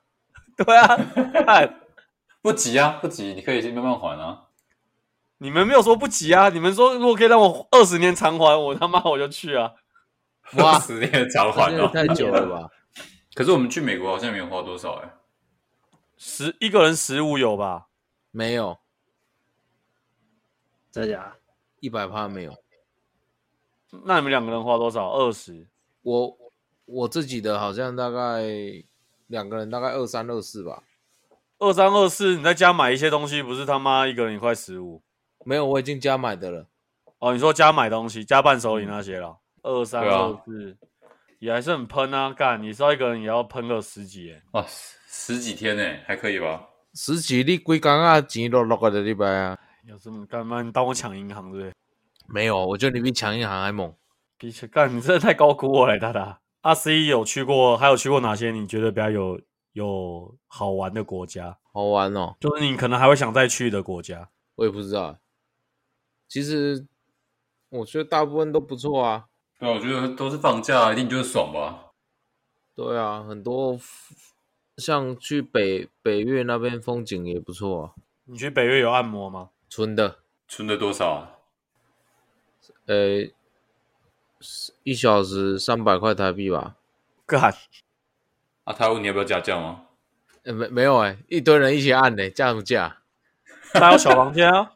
Speaker 4: 对啊，干。
Speaker 1: 不急啊，不急，你可以先慢慢还啊。
Speaker 4: 你们没有说不急啊，你们说如果可以让我二十年偿还，我他妈我就去啊！
Speaker 2: 哇
Speaker 1: 十年偿还
Speaker 2: 这
Speaker 1: 哦
Speaker 2: 也。太久了吧？
Speaker 1: 可是我们去美国好像没有花多少哎、
Speaker 4: 十一个人十五有吧？
Speaker 2: 没有，
Speaker 3: 真的假的？
Speaker 2: 一百趴没有，
Speaker 4: 那你们两个人花多少？二十？
Speaker 2: 我我自己的好像大概两个人大概二三二四吧，
Speaker 4: 二三二四，你在家买一些东西，不是他妈一个人一块十五？
Speaker 2: 没有，我已经加买的了，
Speaker 4: 哦，你说家买东西，加伴手礼那些啦，二三
Speaker 1: 对
Speaker 4: 二
Speaker 1: 啊
Speaker 4: 四，也还是很喷啊！干，你知道一个人也要喷个十几耶，
Speaker 1: 哇，十十几天呢、欸还可以吧？
Speaker 2: 十几你几工啊钱落落个的礼拜啊？
Speaker 4: 有这么干吗？你当我抢银行对不对？
Speaker 2: 没有，我觉得你比抢银行还猛。
Speaker 4: 比起干，你真的太高估我了，大大。阿 C 有去过，还有去过哪些你觉得比较有有好玩的国家？
Speaker 2: 好玩哦，
Speaker 4: 就是你可能还会想再去的国家。
Speaker 2: 我也不知道欸。其实我觉得大部分都不错啊，
Speaker 1: 对啊，我觉得都是放假，一定就是爽吧。
Speaker 2: 对啊，很多 f- 像去北北越那边风景也不错啊，
Speaker 4: 你去北越有按摩吗？
Speaker 2: 纯的，
Speaker 1: 存了多少？啊
Speaker 2: 呃，一小时三百块台币吧。
Speaker 4: 干，
Speaker 1: 啊，他问你要不要加价吗？
Speaker 2: 呃，没没有哎、一堆人一起按呢、价什么价？
Speaker 4: 那有小房间啊，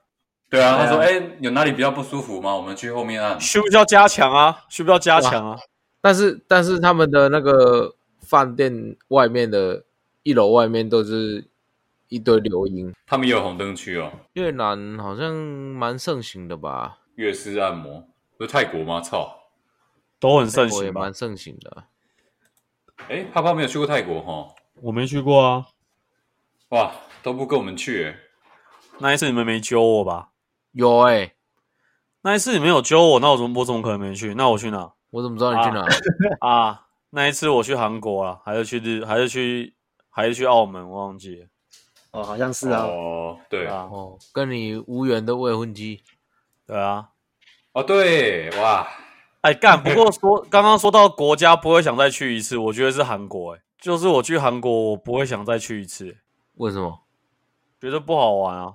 Speaker 1: 对啊，
Speaker 3: 对啊
Speaker 1: 他说：“哎、有哪里比较不舒服吗？我们去后面按。
Speaker 4: 需不需要加强啊？需不需要加强啊？
Speaker 2: 但是但是他们的那个饭店外面的一楼外面都是一堆流音，”
Speaker 1: 他们也有红灯区哦，
Speaker 2: 越南好像蛮盛行的吧？
Speaker 1: 越式按摩。不是泰国吗？操！
Speaker 4: 都很盛
Speaker 2: 我也
Speaker 4: 行吧
Speaker 2: 蛮？盛行的。
Speaker 1: 哎、啪啪没有去过泰国哈，
Speaker 4: 我没去过啊，
Speaker 1: 哇，都不跟我们去、欸。
Speaker 4: 那一次你们没揪我吧？
Speaker 2: 有哎、
Speaker 4: 那一次你们有揪我，那我怎么我怎么可能没去？那我去哪
Speaker 2: 我怎么知道你去哪？
Speaker 4: 啊？那一次我去韩国啊，还是去日，还是去，还是去澳门，我忘记了。
Speaker 3: 哦，好像是啊。
Speaker 1: 哦，对啊，
Speaker 4: 啊，
Speaker 2: 哦，跟你无缘的未婚妻，
Speaker 4: 对啊。
Speaker 1: 哦对，哇，
Speaker 4: 哎干，不过说刚刚说到国家不会想再去一次，我觉得是韩国、哎，就是我去韩国，我不会想再去一次、
Speaker 2: 为什么？
Speaker 4: 觉得不好玩啊，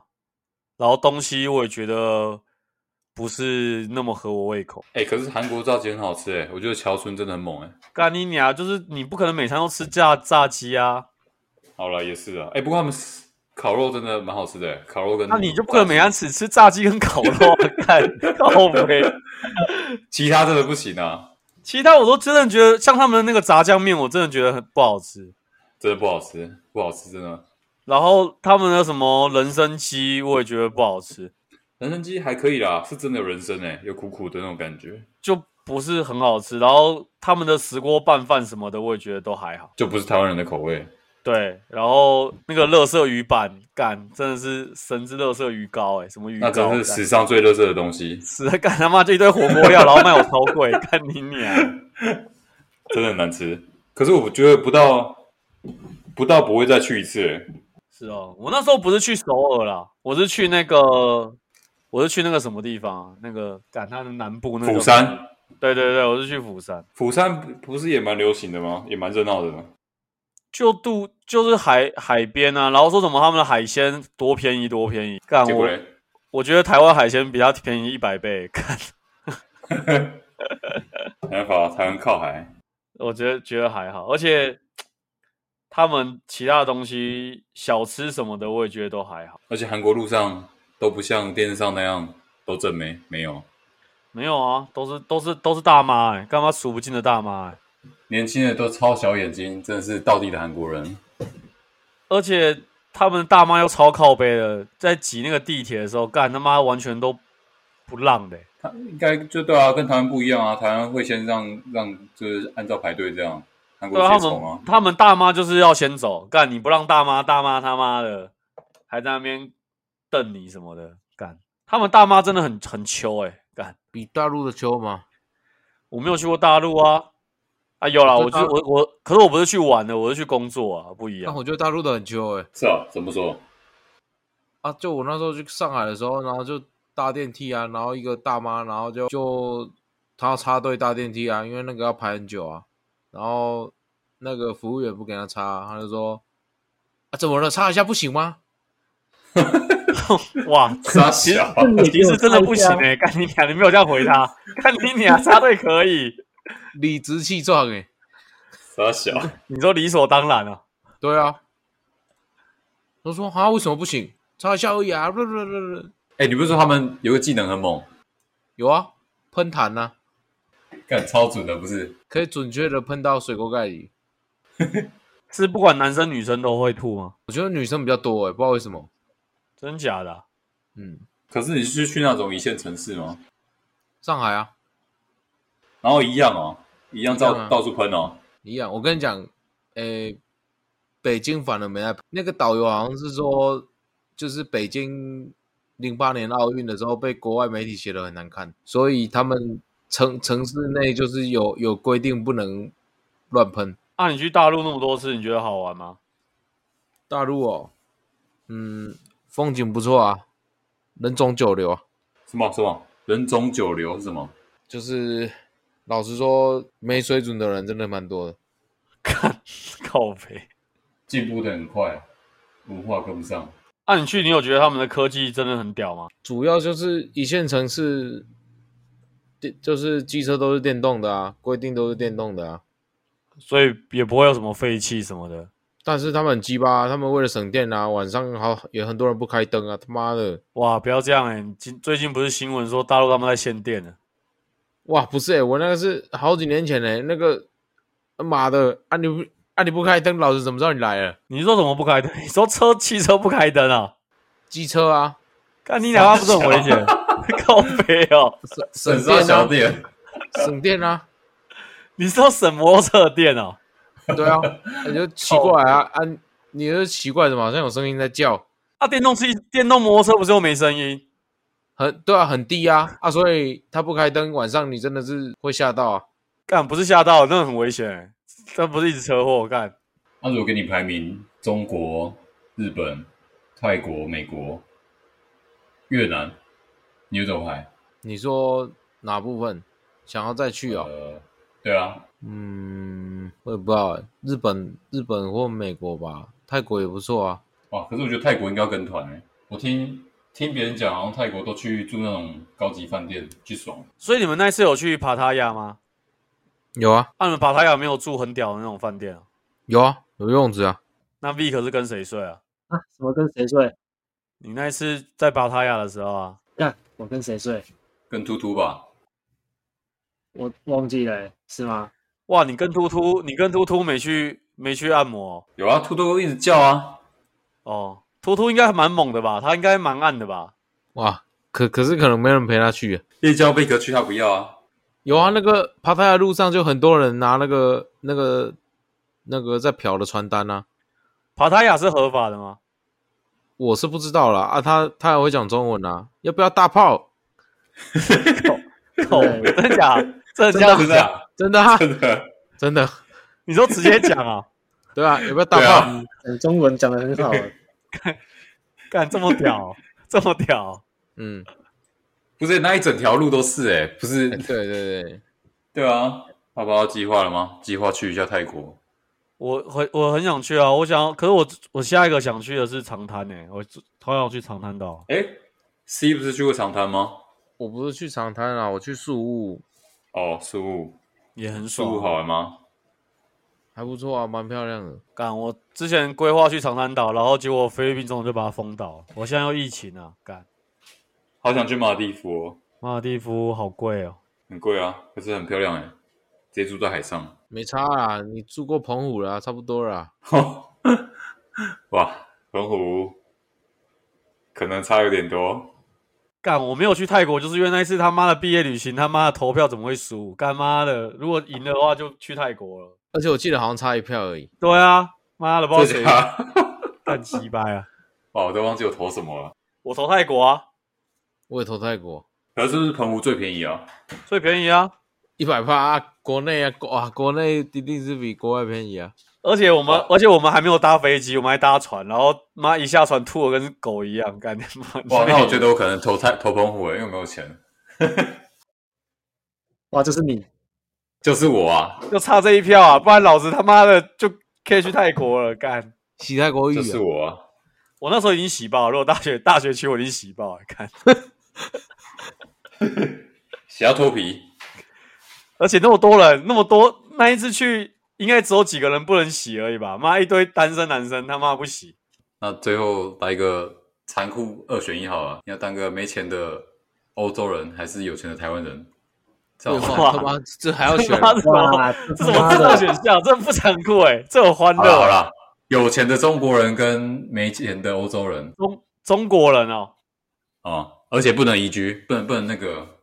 Speaker 4: 然后东西我也觉得不是那么合我胃口。
Speaker 1: 哎、可是韩国炸鸡很好吃哎、我觉得乔村真的很猛哎、
Speaker 4: 干你娘！就是你不可能每餐都吃炸炸鸡啊，
Speaker 1: 好了，也是啊。哎、不过他们烤肉真的蛮好吃的，烤肉跟
Speaker 4: 那你就不可能每餐只吃炸鸡跟烤肉啊，看靠呗。
Speaker 1: 其他真的不行啊，
Speaker 4: 其他我都真的觉得，像他们的那个炸酱面，我真的觉得很不好吃。
Speaker 1: 真的不好吃，不好吃真的。
Speaker 4: 然后他们的什么人参鸡，我也觉得不好吃，
Speaker 1: 人参鸡还可以啦，是真的有人参哎，有苦苦的那种感觉，
Speaker 4: 就不是很好吃。然后他们的石锅拌饭什么的，我也觉得都还好。
Speaker 1: 就不是台湾人的口味。
Speaker 4: 对，然后那个乐色鱼板干真的是神之乐色鱼糕、欸，哎，什么鱼糕？
Speaker 1: 那真是史上最乐色的东西，
Speaker 4: 死了干他妈就一堆火锅料，然后卖我超贵，干你娘！
Speaker 1: 真的很难吃。可是我觉得不到不到不会再去一次欸，
Speaker 4: 是哦，我那时候不是去首尔啦，我是去那个，我是去那个什么地方啊？那个赶它的南部那个
Speaker 1: 釜。山。
Speaker 4: 对对对，我是去釜山，
Speaker 1: 釜山不是也蛮流行的吗？也蛮热闹的吗？
Speaker 4: 就度就是海海边啊，然后说什么他们的海鲜多便宜多便宜，干
Speaker 1: 结果
Speaker 4: 我
Speaker 1: 嘞，
Speaker 4: 我觉得台湾海鲜比较便宜一百倍， 干
Speaker 1: 没办法，台湾靠海，
Speaker 4: 我觉得觉得还好，而且他们其他的东西小吃什么的，我也觉得都还好。
Speaker 1: 而且韩国路上都不像电视上那样都正妹，没有
Speaker 4: 没有啊，都是都是都是大妈哎、干嘛数不尽的大妈哎、
Speaker 1: 年轻人都超小眼睛，真的是道地的韩国人。
Speaker 4: 而且他们大妈又超靠背的，在挤那个地铁的时候，干他妈完全都不让的、欸
Speaker 1: 他应该就对啊，跟台湾不一样啊，台湾会先让让就是按照排队这样，韩国
Speaker 4: 对啊他
Speaker 1: 直接冲啊
Speaker 4: 们，，他们大妈就是要先走，干你不让大妈，大妈他妈的还在那边瞪你什么的，干他们大妈真的很很秋哎、干
Speaker 2: 比大陆的秋嘛，
Speaker 4: 我没有去过大陆啊，啊有啦，我
Speaker 2: 我知道
Speaker 4: 就
Speaker 2: 哦
Speaker 4: 我我，可是我不是去玩的，我是去工作啊，不一
Speaker 2: 那
Speaker 4: 样。
Speaker 2: 我觉得大陆的很秋哎、
Speaker 1: 是啊，怎么 说？
Speaker 2: 啊，就我那时候去上海的时候，然后就搭电梯啊，然后一个大妈，然后就就她要插队搭电梯啊，因为那个要排很久啊，然后那个服务员不给她插，她就说啊怎么了，插一下不行吗？
Speaker 4: 哇，
Speaker 1: 傻小啊，
Speaker 3: 你
Speaker 4: 哦其实真的不行
Speaker 3: 啊
Speaker 4: 哎、干你娘，你没有这样回他， 干你娘，插队可以，
Speaker 2: 理直气壮哎、
Speaker 1: 傻小，
Speaker 4: 你说理所当然啊。
Speaker 2: 对啊，我说啊为什么不行？插一下而已啊， 不不不不不
Speaker 1: 哎、你不是说他们有个技能很猛，
Speaker 2: 有啊，喷痰呐、啊，
Speaker 1: 干超准的不是？
Speaker 2: 可以准确的喷到水锅盖里。
Speaker 4: 是不管男生女生都会吐吗？
Speaker 2: 我觉得女生比较多哎、不知道为什么，
Speaker 4: 真假的啊、
Speaker 2: 嗯，
Speaker 1: 可是你是去那种一线城市吗？
Speaker 2: 上海啊。
Speaker 1: 然后一样哦，一样到
Speaker 2: 一样啊
Speaker 1: 到处喷哦，
Speaker 2: 一样。我跟你讲，诶，北京反而没来。那个导游好像是说，就是北京零八年奥运的时候被国外媒体写的很难看，所以他们城城市内就是有有规定不能乱喷。
Speaker 4: 啊，你去大陆那么多次，你觉得好玩吗？
Speaker 2: 大陆哦，嗯，风景不错啊，人中九流啊。
Speaker 1: 什么什么人中九流是什么？
Speaker 2: 就是老实说，没水准的人真的蛮多的。
Speaker 4: 看靠北。
Speaker 1: 进步的很快，文化跟不上。
Speaker 4: 啊，你去，你有觉得他们的科技真的很屌吗？
Speaker 2: 主要就是一线城市，电就是机车都是电动的啊，规定都是电动的啊。
Speaker 4: 所以也不会有什么废气什么的。
Speaker 2: 但是他们很鸡巴啊、他们为了省电啊，晚上好有很多人不开灯啊，他妈的，
Speaker 4: 哇，不要这样哎、你今最近不是新闻说大陆他们在限电呢？
Speaker 2: 哇，不是诶、欸我那个是好几年前诶、那个妈的，啊你不啊你不开灯，老子怎么知道你来了？
Speaker 4: 你说怎么不开灯？ 你说车汽车不开灯啊？
Speaker 2: 机车啊，
Speaker 4: 看你俩不是很危险？ 靠北哦，
Speaker 2: 省
Speaker 1: 少
Speaker 2: 省电
Speaker 1: 小
Speaker 2: 啊，
Speaker 1: 点，
Speaker 2: 省电啊，
Speaker 4: 你是要省摩托车的电哦？
Speaker 2: 对啊，你就奇怪啊啊，你就奇怪怎么好像有声音在叫，
Speaker 4: 啊，电动汽电动摩托车不是又没声音？
Speaker 2: 很对啊，很低啊啊，所以他不开灯，晚上你真的是会吓到啊。
Speaker 4: 干不是吓到，那很危险、欸，这不是一直车祸干。
Speaker 1: 那如果给你排名，中国、日本、泰国、美国、越南，你会怎么排？
Speaker 2: 你说哪部分想要再去啊、
Speaker 1: 呃，对啊，
Speaker 2: 嗯，我也不知道欸，日本、日本或美国吧，泰国也不错啊。
Speaker 1: 哇，可是我觉得泰国应该要跟团、欸、我听听别人讲，好像泰国都去住那种高级饭店去爽，
Speaker 4: 所以你们那次有去帕塔亚吗？
Speaker 2: 有啊，
Speaker 4: 啊，你们帕塔亚没有住很屌的那种饭店啊？
Speaker 2: 有啊，有游泳池啊。
Speaker 4: 那 V 可是跟谁睡啊？
Speaker 3: 啊，什么跟谁睡？
Speaker 4: 你那一次在巴塔亚的时候啊，
Speaker 3: 干，我跟谁睡？
Speaker 1: 跟突突吧，
Speaker 3: 我忘记了、欸是吗？
Speaker 4: 哇，你跟突突，你跟突突没去没去按摩
Speaker 1: 有啊，突突一直叫啊，
Speaker 4: 哦。突突应该蛮猛的吧？他应该蛮暗的吧？
Speaker 2: 哇，可可是可能没人陪他去啊。
Speaker 1: 一直叫贝壳去，他不要啊。
Speaker 2: 有啊，那个爬泰的路上就很多人拿那个那个那个在漂的传单啊，
Speaker 4: 帕塔亚是合法的吗？
Speaker 2: 我是不知道啦啊，他他还会讲中文啊，要不要大炮？
Speaker 4: 哦，
Speaker 3: 对
Speaker 4: 真假？真的这
Speaker 1: 真
Speaker 4: 样子
Speaker 1: 的
Speaker 4: 啊？
Speaker 1: 啊，
Speaker 2: 真的啊，
Speaker 1: 真的，
Speaker 2: 真的，
Speaker 4: 你说直接讲 啊？
Speaker 2: 对啊，要不要大
Speaker 1: 对
Speaker 2: 炮？
Speaker 1: 啊，
Speaker 3: 嗯，中文讲的很 好，
Speaker 4: 干这么屌哦，这么屌哦，
Speaker 2: 嗯，
Speaker 1: 不是那一整条路都是哎、不是
Speaker 2: 对对对，
Speaker 1: 对啊，爸爸要计划了吗？计划去一下泰国，
Speaker 4: 我很我很想去啊！我想要，可是我我下一个想去的是长滩诶、我好想去长滩岛。
Speaker 1: 哎，C 不是去过长滩吗？
Speaker 2: 我不是去长滩啊，我去宿务，
Speaker 1: 哦，宿务，
Speaker 4: 也很
Speaker 1: 宿务
Speaker 4: 爽。
Speaker 1: 好玩吗？
Speaker 2: 还不错啊，蛮漂亮的。
Speaker 4: 干，我之前规划去长滩岛，然后结果菲律宾总统就把它封岛，我现在又疫情啊，干，
Speaker 1: 好想去马尔地夫、哦，
Speaker 4: 马尔蒂夫好贵哦。
Speaker 1: 很贵啊，可是很漂亮哎、直接住在海上，
Speaker 2: 没差啦，你住过澎湖啊啦，差不多啦。
Speaker 1: 哇，澎湖可能差有点多，
Speaker 4: 干，我没有去泰国，就是因为那一次他妈的毕业旅行，他妈的投票怎么会输？干妈的，如果赢的话就去泰国了。
Speaker 2: 而且我记得好像差一票而已。
Speaker 4: 对啊，妈的，不知道
Speaker 1: 这
Speaker 4: 谁
Speaker 1: 家哦
Speaker 4: 干鸡掰啊！
Speaker 1: 哇，我都忘记我投什么了。
Speaker 4: 我投泰国啊，
Speaker 2: 我也投泰国，
Speaker 1: 可是不是澎湖最便宜啊？
Speaker 4: 最便宜啊。
Speaker 2: 一百趴啊，国内啊，国啊，国内一定是比国外便宜啊。
Speaker 4: 而且我们，
Speaker 1: 哦
Speaker 4: 而且我们还没有搭飞机，我们还搭船，然后妈一下船吐的跟狗一样，干他妈！
Speaker 1: 哇，那我觉得我可能投泰投澎湖、欸，因为我没有钱。
Speaker 3: 哇，这是你，
Speaker 1: 就是我啊，
Speaker 4: 就差这一票啊，不然老子他妈的就可以去泰国了，干！
Speaker 2: 洗泰国浴、
Speaker 1: 就
Speaker 2: 啊，
Speaker 1: 是我啊，
Speaker 4: 我那时候已经洗爆了，如果大学大学去，我已经洗爆了，干！
Speaker 1: 想要脱皮，
Speaker 4: 而且那么多人，那么多，那一次去应该只有几个人不能洗而已吧？妈，一堆单身男生他妈不洗，
Speaker 1: 那最后来一个残酷二选一好了，你要当个没钱的欧洲人，还是有钱的台湾人？这
Speaker 2: 我
Speaker 1: 样好
Speaker 2: 操
Speaker 1: 吗
Speaker 2: 他妈，这还要选
Speaker 4: 他？妈的什么？
Speaker 3: 哇，
Speaker 4: 这
Speaker 3: 这
Speaker 4: 什
Speaker 3: 他
Speaker 4: 么
Speaker 3: 妈
Speaker 4: 自动
Speaker 3: 的，
Speaker 4: 选项？这不残酷哎、这有欢
Speaker 1: 好了好
Speaker 4: 乐。
Speaker 1: 了，有钱的中国人跟没钱的欧洲人
Speaker 4: 中中国人哦，
Speaker 1: 啊、而且不能移居，不能不能那个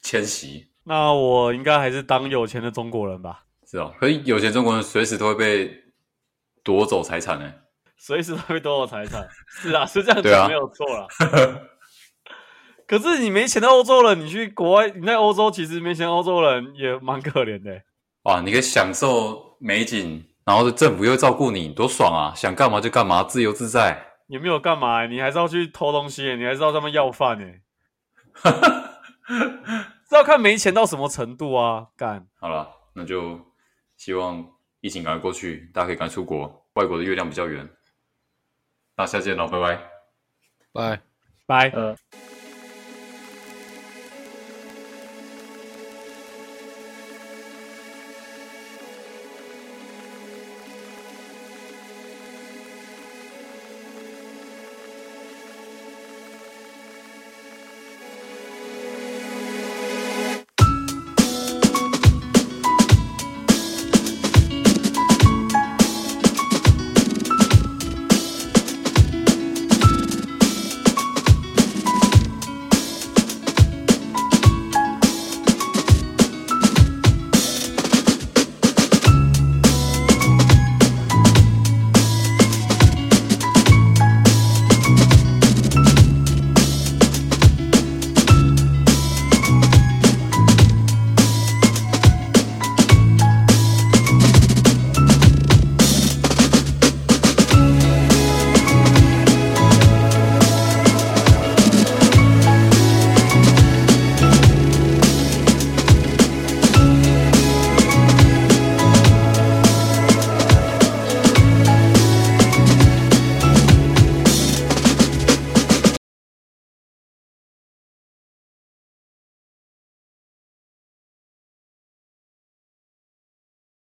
Speaker 1: 迁徙，
Speaker 4: 那我应该还是当有钱的中国人吧。
Speaker 1: 是哦。可是有钱中国人随时都会被夺走财产呢、
Speaker 4: 随时都会多有财产。是啊，是这样
Speaker 1: 对啊
Speaker 4: 讲没有错啦。可是你没钱的欧洲人，你去国外，你在欧洲其实没钱，欧洲人也蛮可怜的欸、
Speaker 1: 哇，你可以享受美景，然后政府又照顾你，多爽啊！想干嘛就干嘛，自由自在。
Speaker 4: 也没有干嘛欸、你还是要去偷东西欸、你还是要他们要饭呢、 欸。这要看没钱到什么程度啊！干，
Speaker 1: 好了，那就希望疫情赶快过去，大家可以赶快出国，外国的月亮比较圆。那下次见喽，拜拜。
Speaker 2: 拜。
Speaker 4: 拜。
Speaker 3: 呃。